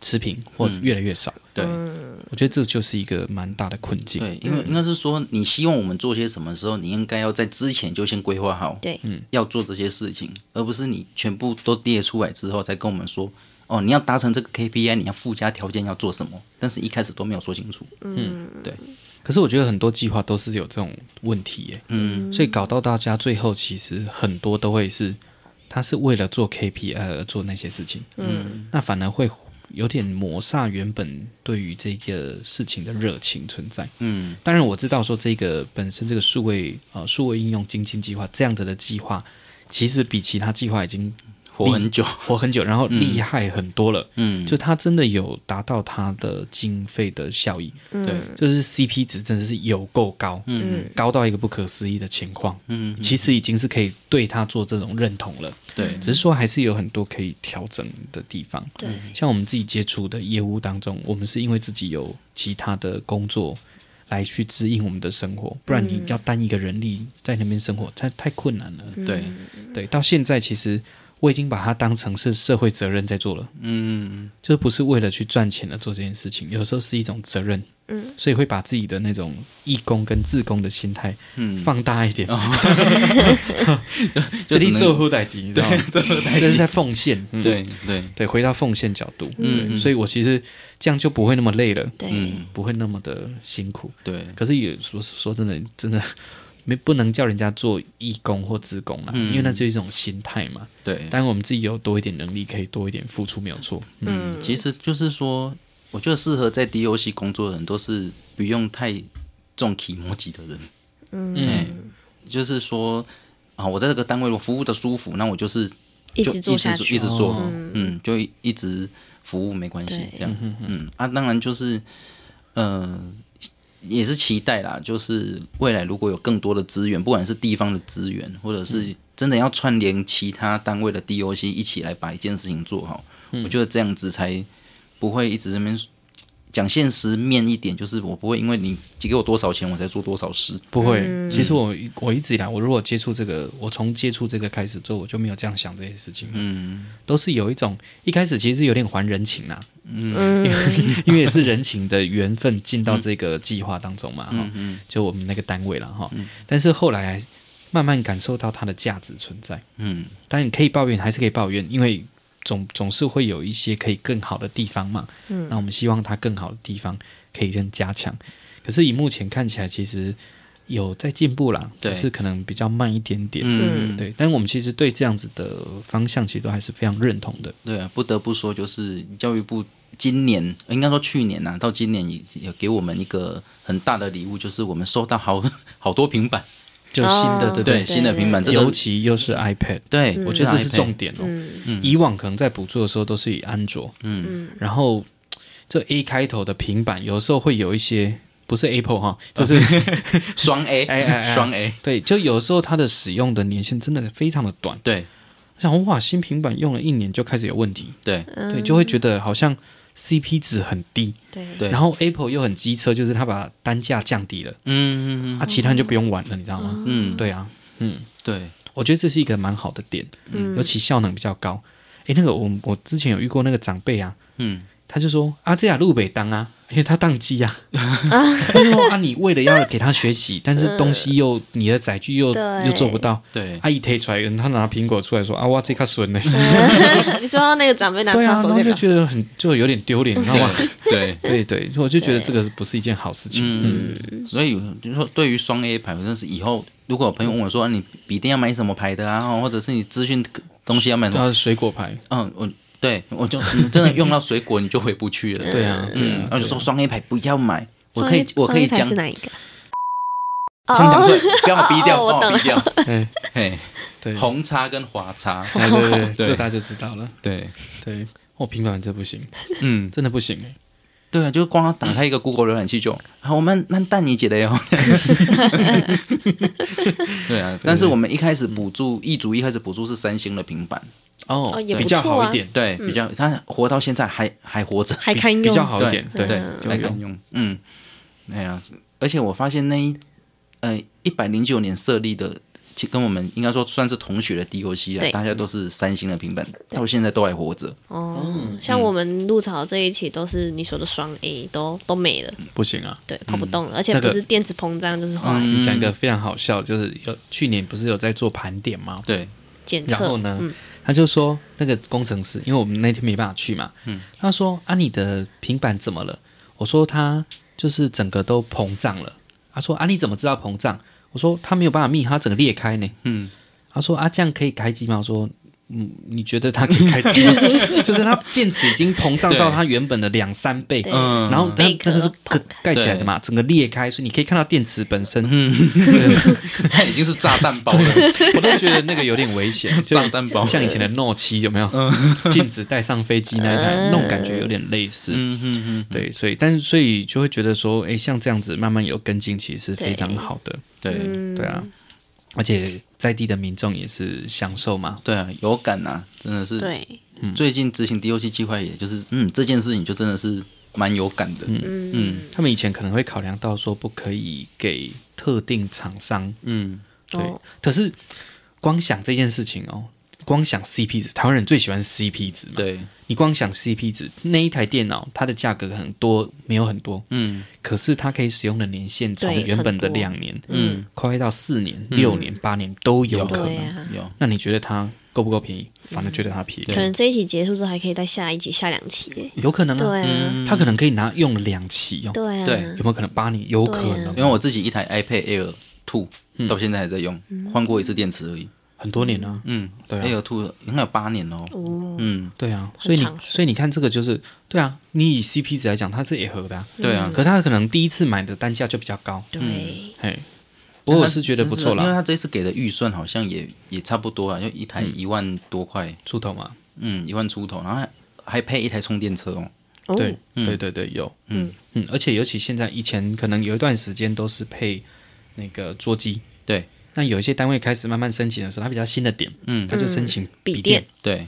Speaker 1: 持平或者越来越少。
Speaker 3: 对。
Speaker 1: 我觉得这就是一个蛮大的困境。
Speaker 3: 对，因为应该是说，你希望我们做些什么时候，你应该要在之前就先规划好，
Speaker 2: 对，
Speaker 3: 要做这些事情，而不是你全部都列出来之后再跟我们说，哦，你要达成这个 KPI，你要附加条件要做什么，但是一开始都没有说清楚。
Speaker 1: 可是我觉得很多计划都是有这种问题耶，
Speaker 3: 嗯，
Speaker 1: 所以搞到大家最后其实很多都会是，他是为了做 KPI 而做那些事情，嗯，那反而会有点抹煞原本对于这个事情的热情存在。
Speaker 3: 嗯，
Speaker 1: 当然我知道说这个本身这个数位呃数位应用精进计划这样子的计划，其实比其他计划已经
Speaker 3: 活很久。
Speaker 1: <laughs> 活很久，然后厉害很多了。
Speaker 3: 嗯，
Speaker 1: 就它真的有达到它的经费的效益，
Speaker 3: 对，
Speaker 1: 就是 CP 值真的是有够高，嗯，高到一个不可思议的情况，
Speaker 3: 嗯，
Speaker 1: 其实已经是可以对它做这种认同了，
Speaker 3: 对，
Speaker 1: 只是说还是有很多可以调整的地方，
Speaker 2: 对，
Speaker 1: 像我们自己接触的业务当中，我们是因为自己有其他的工作来去指引我们的生活，不然你要单一个人力在那边生活，太太困难了，
Speaker 3: 对，
Speaker 1: 对，到现在其实。我已经把它当成是社会责任在做了，
Speaker 3: 嗯，
Speaker 1: 就是不是为了去赚钱而做这件事情，有时候是一种责任，
Speaker 2: 嗯，
Speaker 1: 所以会把自己的那种义工跟自工的心态，
Speaker 3: 嗯哦
Speaker 1: 放大一点，
Speaker 3: 就
Speaker 1: <laughs> 这
Speaker 3: 只
Speaker 1: 里
Speaker 3: 能
Speaker 1: 做后代机，你知道吗？这是在奉献，嗯
Speaker 3: 对对，
Speaker 1: 对，回到奉献角度，
Speaker 3: 嗯
Speaker 1: 对
Speaker 3: 嗯
Speaker 1: 所以我其实这样就不会那么累了，
Speaker 2: 对，
Speaker 3: 嗯，
Speaker 1: 不会那么的辛苦。
Speaker 3: 对，
Speaker 1: 可是也说说真的，真的 <laughs> 没不能叫人家做义工或自工啦，
Speaker 3: 嗯
Speaker 1: 因为那就是一种心态嘛。
Speaker 3: 对，
Speaker 1: 当然我们自己有多一点能力，可以多一点付出，没有错。
Speaker 3: 嗯，其实就是说，我觉得适合在 DOC 工作的人都是不用太重体摩级的人。嗯，就是说啊，我在这个单位我服务的舒服，那我就是
Speaker 2: 一
Speaker 3: 就
Speaker 2: 直做下去
Speaker 3: 一直做
Speaker 1: 哦，
Speaker 3: 嗯，就一直服务没关系
Speaker 2: 对，
Speaker 3: 这样，嗯啊，当然就是，呃，也是期待啦，就是未来如果有更多的资源，不管是地方的资源，或者
Speaker 2: 嗯
Speaker 3: 是真的要串联其他单位的 DOC 一起来把一件事情做好，我觉得这样子才不会一直这边。讲现实面一点，就是我不会因为你给我多少钱，我才做多少事。
Speaker 1: 不会，其实我我一直以来，我如果接触这个，我从接触这个开始之后，我就没有这样想这些事情，
Speaker 3: 嗯，
Speaker 1: 都是有一种一开始其实有点还人情啦，嗯，因为 <laughs> 因为也是人情的缘分进到这个计划当中嘛，
Speaker 3: 嗯
Speaker 1: 哈、就我们那个单位了哈，但是后来慢慢感受到它的价值存在，
Speaker 3: 嗯，
Speaker 1: 当然你可以抱怨，还是可以抱怨，因为总总是会有一些可以更好的地方嘛。嗯，那我们希望它更好的地方可以更加强。可是以目前看起来，其实有在进步啦，
Speaker 3: 对
Speaker 1: 只是可能比较慢一点点。
Speaker 3: 嗯
Speaker 1: 对。但我们其实对这样子的方向，其实都还是非常认同的。
Speaker 3: 对啊，不得不说，就是教育部今年，呃应该说去年呐、到今年也也给我们一个很大的礼物，就是我们收到好 <laughs> 好多平板，
Speaker 1: 就新的，
Speaker 2: 哦
Speaker 1: 对不
Speaker 3: 对，
Speaker 1: 对？
Speaker 3: 嗯新的平板，这
Speaker 1: 尤
Speaker 3: 个
Speaker 1: 其又是 iPad，
Speaker 3: 对，
Speaker 1: 我
Speaker 3: 我
Speaker 1: 觉得嗯
Speaker 3: 觉得
Speaker 1: 这是重
Speaker 3: 点，
Speaker 1: 点哦。
Speaker 2: 嗯
Speaker 1: 以往可能在补助的时候都是以安卓，嗯，然后这 A 开头的平板有时候会有一些不是 Apple
Speaker 3: 啊
Speaker 1: 哈，就是 <laughs>
Speaker 3: 双 A，
Speaker 1: 哎哎哎
Speaker 3: 双 A，
Speaker 1: 对，就有时候它的使用的年限真的非常的短。
Speaker 3: 对
Speaker 1: 我想哇，新平板用了一年就开始有问题，
Speaker 3: 对
Speaker 1: 对，就会觉得好像 CP 值很低，
Speaker 2: 对
Speaker 3: 对
Speaker 1: 然后 Apple 又很机车，就是它把单价降低了，
Speaker 3: 嗯嗯
Speaker 1: 啊，其他人就不用玩了，你知道吗？
Speaker 3: 嗯，
Speaker 1: 对啊，嗯，
Speaker 3: 对，
Speaker 1: 我觉得这是一个蛮好的点，
Speaker 2: 嗯
Speaker 1: 尤其效能比较高。诶，那个我我之前有遇过那个长辈啊，
Speaker 3: 嗯
Speaker 1: 他就说啊，这俩路北当啊，因为他宕机啊。他说啊，你为了要给他学习，但是东西又你的载具又
Speaker 2: 对
Speaker 1: 又做不到。
Speaker 3: 对，
Speaker 1: 阿姨推出来，他拿苹果出来说啊，哇，这个
Speaker 2: <laughs>
Speaker 1: 损呢。
Speaker 2: 你说那个长辈拿
Speaker 1: 对啊，
Speaker 2: 他
Speaker 1: 然
Speaker 2: 手
Speaker 1: 后
Speaker 2: 机
Speaker 1: 就
Speaker 2: 表
Speaker 1: 觉
Speaker 2: 示，
Speaker 1: 得很就有点丢脸，你知道吗？
Speaker 3: 对，
Speaker 1: 对对，所以我就觉得这个是不是一件好事情。嗯，
Speaker 3: 所以就是说，对于双 A 牌，真的是以后如果有朋友问我说、啊、你笔电要买什么牌的啊，或者是你资讯东西要买什么，
Speaker 1: 要啊水果牌，
Speaker 3: 嗯，我对我就你真的用到水果你就回不去了，
Speaker 1: 对啊，对
Speaker 3: 嗯
Speaker 1: 啊，，
Speaker 3: 我就说双 A 牌不要买，我可以我可以讲，
Speaker 2: 是
Speaker 1: <laughs>
Speaker 2: 哪一个？
Speaker 3: 通常会不要逼
Speaker 2: 哦
Speaker 3: 掉，
Speaker 2: 哦我
Speaker 3: 帮
Speaker 2: 懂
Speaker 3: 我
Speaker 2: 了
Speaker 3: 逼
Speaker 2: <laughs>
Speaker 3: 掉， <laughs>
Speaker 1: 哎，
Speaker 3: 嘿，
Speaker 1: 对，
Speaker 3: 红叉跟华叉，
Speaker 1: 哎，对
Speaker 2: <laughs>
Speaker 1: 对对，
Speaker 3: <laughs> 对
Speaker 1: 这大家就知道了。
Speaker 3: 对，
Speaker 1: 对，我平板这不行，
Speaker 3: 嗯，
Speaker 1: 真的不行哎。
Speaker 3: 对啊，就是光它打开一个 Google 浏览器就，好，我们那带你姐的哟。 <laughs> 对啊，但是我们一开始补助，一组一开始补助是三星的平板，
Speaker 1: 哦
Speaker 2: 哦也
Speaker 1: 比
Speaker 2: 不
Speaker 1: 较
Speaker 2: 错啊
Speaker 1: 好一点，
Speaker 3: 对，比较它活到现在还还活着，
Speaker 2: 还堪用，
Speaker 1: 比较好一点，
Speaker 3: 对
Speaker 1: 对，
Speaker 2: 嗯
Speaker 1: 有
Speaker 3: 还
Speaker 1: 有
Speaker 3: 敢用，嗯，哎呀、而且我发现那一呃一百零九年设立的，其跟我们应该说算是同学的 DOC 啊
Speaker 2: 对，
Speaker 3: 大家都是三星的平板，到现在都还活着，
Speaker 2: 哦。像我们入潮这一期都是你说的双 A，都都没了，
Speaker 1: 不行啊。
Speaker 2: 对，跑不动了，而且
Speaker 1: 那
Speaker 2: 不
Speaker 1: 个
Speaker 2: 是电子膨胀就是坏，
Speaker 3: 嗯
Speaker 1: 你讲一个非常好笑，就是有去年不是有在做盘点吗？
Speaker 3: 对，
Speaker 2: 检
Speaker 1: 然
Speaker 2: 测
Speaker 1: 后呢，他就说那个工程师，因为我们那天没办法去嘛，
Speaker 2: 嗯
Speaker 1: 他说啊，你的平板怎么了？我说他就是整个都膨胀了。他说啊，你怎么知道膨胀？我说他没有办法密，他整个裂开呢。
Speaker 3: 嗯，
Speaker 1: 他说啊，这样可以开机吗？我说。嗯，你觉得它可以开机吗？就是它电池已经膨胀到它原本的两三倍，
Speaker 2: 对
Speaker 3: 嗯
Speaker 1: 然后那
Speaker 2: 贝壳
Speaker 1: 那个是盖
Speaker 2: 膨
Speaker 1: 盖
Speaker 2: 开
Speaker 1: 起来的嘛，整个裂开，所以你可以看到电池本身。
Speaker 3: 它 <laughs> 已经是炸弹包 <laughs> 了，
Speaker 1: 我都觉得那个有点危险，就
Speaker 3: 炸弹包
Speaker 1: 像以前的 Note 七有没有？禁止带上飞机那一台，那种感觉有点类似。
Speaker 3: 嗯嗯嗯，
Speaker 1: 对，所以但是所以就会觉得说，哎，像这样子慢慢有跟进，其实是非常好的。
Speaker 3: 对。
Speaker 1: 对啊，而且在地的民众也是享受嘛。
Speaker 3: 对啊，有感呐、真的是。
Speaker 2: 对，
Speaker 3: 最近执行 DOC 计划，也就是嗯，这件事情就真的是蛮有感的。嗯
Speaker 2: 嗯
Speaker 1: 他们以前可能会考量到说，不可以给特定厂商。
Speaker 3: 嗯，
Speaker 1: 对，
Speaker 2: 哦
Speaker 1: 可是光想这件事情哦，光想 CP 值，台湾人最喜欢 CP 值嘛。
Speaker 3: 对，
Speaker 1: 你光想 CP 值，那一台电脑它的价格很多，没有很多，
Speaker 3: 嗯
Speaker 1: 可是它可以使用的年限从
Speaker 2: 对
Speaker 1: 原本的
Speaker 2: 很多嗯
Speaker 1: 两年，
Speaker 3: 嗯，
Speaker 1: 快到四年、六年、八年都有可
Speaker 2: 对
Speaker 1: 能。
Speaker 2: 啊。嗯
Speaker 3: 有
Speaker 1: 那你觉得它够不够便宜？反而觉得它便
Speaker 2: 可
Speaker 1: 宜，
Speaker 2: 能这一期结束之后，还可以再下一期、下两期耶。
Speaker 1: 有可能
Speaker 2: 对
Speaker 1: 啊，
Speaker 2: 啊，
Speaker 1: 它可能可以拿用两期哦，
Speaker 2: 对啊，啊
Speaker 3: 对
Speaker 1: 有没有可能八年？有可能哦
Speaker 3: 因为，我自己一台 iPad Air Two 到现在还在用，
Speaker 2: 嗯
Speaker 3: 换过一次电池而已。
Speaker 1: 很多年啊。
Speaker 3: 嗯，
Speaker 1: 对啊
Speaker 3: a i r Two 应该有八年哦。
Speaker 2: 哦，
Speaker 3: 嗯，
Speaker 1: 对啊，所以你
Speaker 2: 长寿
Speaker 1: 所以你看这个就是对啊，你以 CP 值来讲，它是也合的、啊，
Speaker 3: 对啊，
Speaker 1: 可它可能第一次买的单价就比较高，
Speaker 2: 对，
Speaker 1: 嘿，不过我是觉得不错
Speaker 3: 因为
Speaker 1: 啦，
Speaker 3: 他这次给的预算好像也也差不多啊，就一台
Speaker 1: 嗯
Speaker 3: 一万多块，
Speaker 1: 出头嘛，
Speaker 3: 嗯，一万出头，然后还还配一台充电车哦。
Speaker 2: 哦
Speaker 1: 对，对对对，有，
Speaker 3: 嗯
Speaker 1: 嗯，而且尤其现在以前可能有一段时间都是配那个桌机，
Speaker 3: 对，
Speaker 1: 那有一些单位开始慢慢申请的时候，它比较新的点，
Speaker 3: 嗯
Speaker 1: 它就申请
Speaker 2: 笔
Speaker 1: 电。
Speaker 2: 电
Speaker 3: 对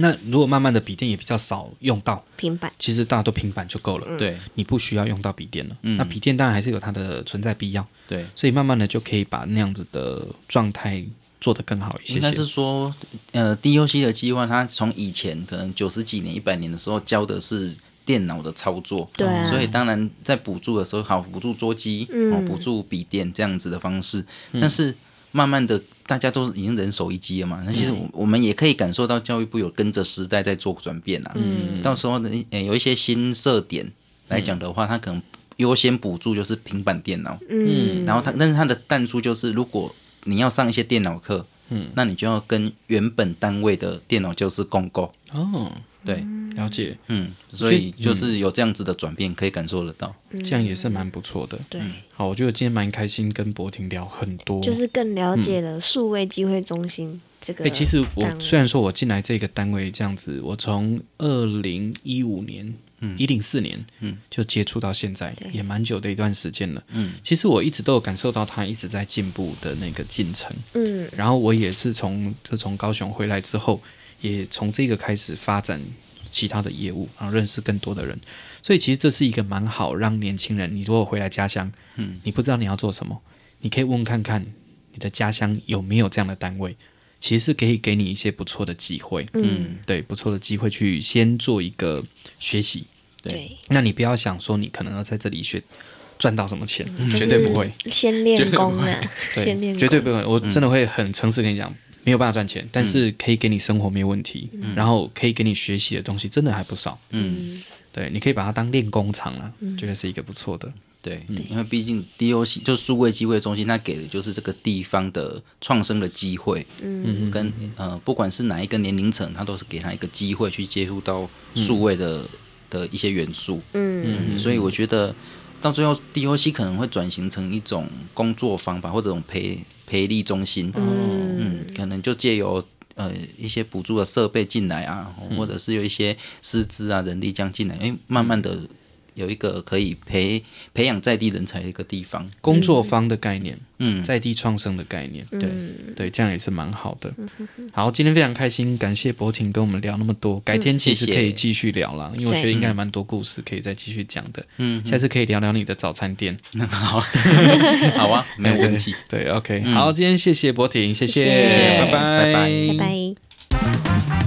Speaker 1: 那如果慢慢的笔电也比较少用到，
Speaker 2: 平板，
Speaker 1: 其实大家都平板就够了，
Speaker 3: 对
Speaker 1: 你不需要用到笔电了。
Speaker 3: 嗯
Speaker 1: 那笔电当然还是有它的存在必要，
Speaker 3: 对，
Speaker 1: 所以慢慢的就可以把那样子的状态做得更好一些
Speaker 3: 应该
Speaker 1: 些。
Speaker 3: 是说，呃，DOC 的计划，它从以前可能九十几年、一百年的时候教的是电脑的操作，
Speaker 2: 对啊
Speaker 3: 所以当然在补助的时候，好补助桌机，
Speaker 2: 嗯
Speaker 3: 哦，补助笔电这样子的方式，但是慢慢的。大家都已经人手一机了嘛，那其实我我们也可以感受到教育部有跟着时代在做转变啊。嗯，到时候呢，呃有一些新设点来讲的话，它可能优先补助就是平板电脑，
Speaker 2: 嗯，
Speaker 3: 然后它，但是它的弹珠就是，如果你要上一些电脑课，嗯，那你就要跟原本单位的电脑教室共构，
Speaker 1: 哦，
Speaker 3: 对，
Speaker 1: 了解，
Speaker 3: 嗯，所以就是有这样子的转变，可以感受得到，
Speaker 1: 这样也是蛮不错的。
Speaker 2: 嗯
Speaker 1: 嗯
Speaker 2: 对，
Speaker 1: 好，我觉得今天蛮开心，跟博婷聊很多。
Speaker 2: 就是更了解了数位机会中心这个
Speaker 1: 哎、
Speaker 2: 单
Speaker 1: 嗯
Speaker 2: 位。
Speaker 1: 其实我虽然说我进来这个单位这样子，我从二零一五年，嗯，一零四年，嗯，就接触到现在，也蛮久的一段时间了。
Speaker 3: 嗯，
Speaker 1: 其实我一直都有感受到它一直在进步的那个进程。
Speaker 2: 嗯，
Speaker 1: 然后我也是从就从高雄回来之后，也从这个开始发展其他的业务，然后认识更多的人。所以其实这是一个蛮好让年轻人，你如果回来家乡，嗯，你不知道你要做什么，你可以问看看你的家乡有没有这样的单位，其实是可以给你一些不错的机会，
Speaker 2: 嗯，
Speaker 1: 对，不错的机会去先做一个学习。
Speaker 2: 对，
Speaker 1: 那你不要想说你可能要在这里学赚到什么钱，
Speaker 2: 嗯就
Speaker 1: 嗯绝
Speaker 2: 是
Speaker 1: 对不会，
Speaker 2: 先练功啊，先练
Speaker 1: 对，
Speaker 2: 功，
Speaker 1: 绝对不会。我真的会很诚实跟你讲，没有办法赚钱，但是可以给你生活没有问题，然后可以给你学习的东西真的还不少。
Speaker 2: 嗯，
Speaker 1: 对，你可以把它当练功场了，觉得是一个不错的。
Speaker 3: 对，嗯因为毕竟 DOC 就数位机会中心，它给的就是这个地方的创生的机会，嗯，跟呃，不管是哪一个年龄层，它都是给他一个机会去接触到数位的、的一些元素，
Speaker 2: 嗯，
Speaker 3: 嗯，所以我觉得到最后 DOC 可能会转型成一种工作方法或者一种培培力中心，嗯可能就借由。呃，一些补助的设备进来啊，或者是有一些师资啊、人力这样进来，哎，慢慢的有一个可以培培养在地人才的一个地方。
Speaker 1: 工作方的概念，
Speaker 3: 嗯，
Speaker 1: 在地创生的概念，
Speaker 3: 对，
Speaker 1: 对，这样也是蛮好的。好，今天非常开心，感谢博婷跟我们聊那么多，改天其实
Speaker 3: 嗯谢谢
Speaker 1: 可以继续聊啦，因为我觉得应该蛮多故事可以再继续讲的。嗯，下次可以聊聊你的早餐店。
Speaker 3: 好， <laughs> 好啊，没有问
Speaker 1: <laughs>
Speaker 3: 题。嗯
Speaker 1: 对，OK，好，今天谢谢博婷，谢
Speaker 2: 谢谢
Speaker 1: 拜
Speaker 3: 拜拜
Speaker 2: 拜拜。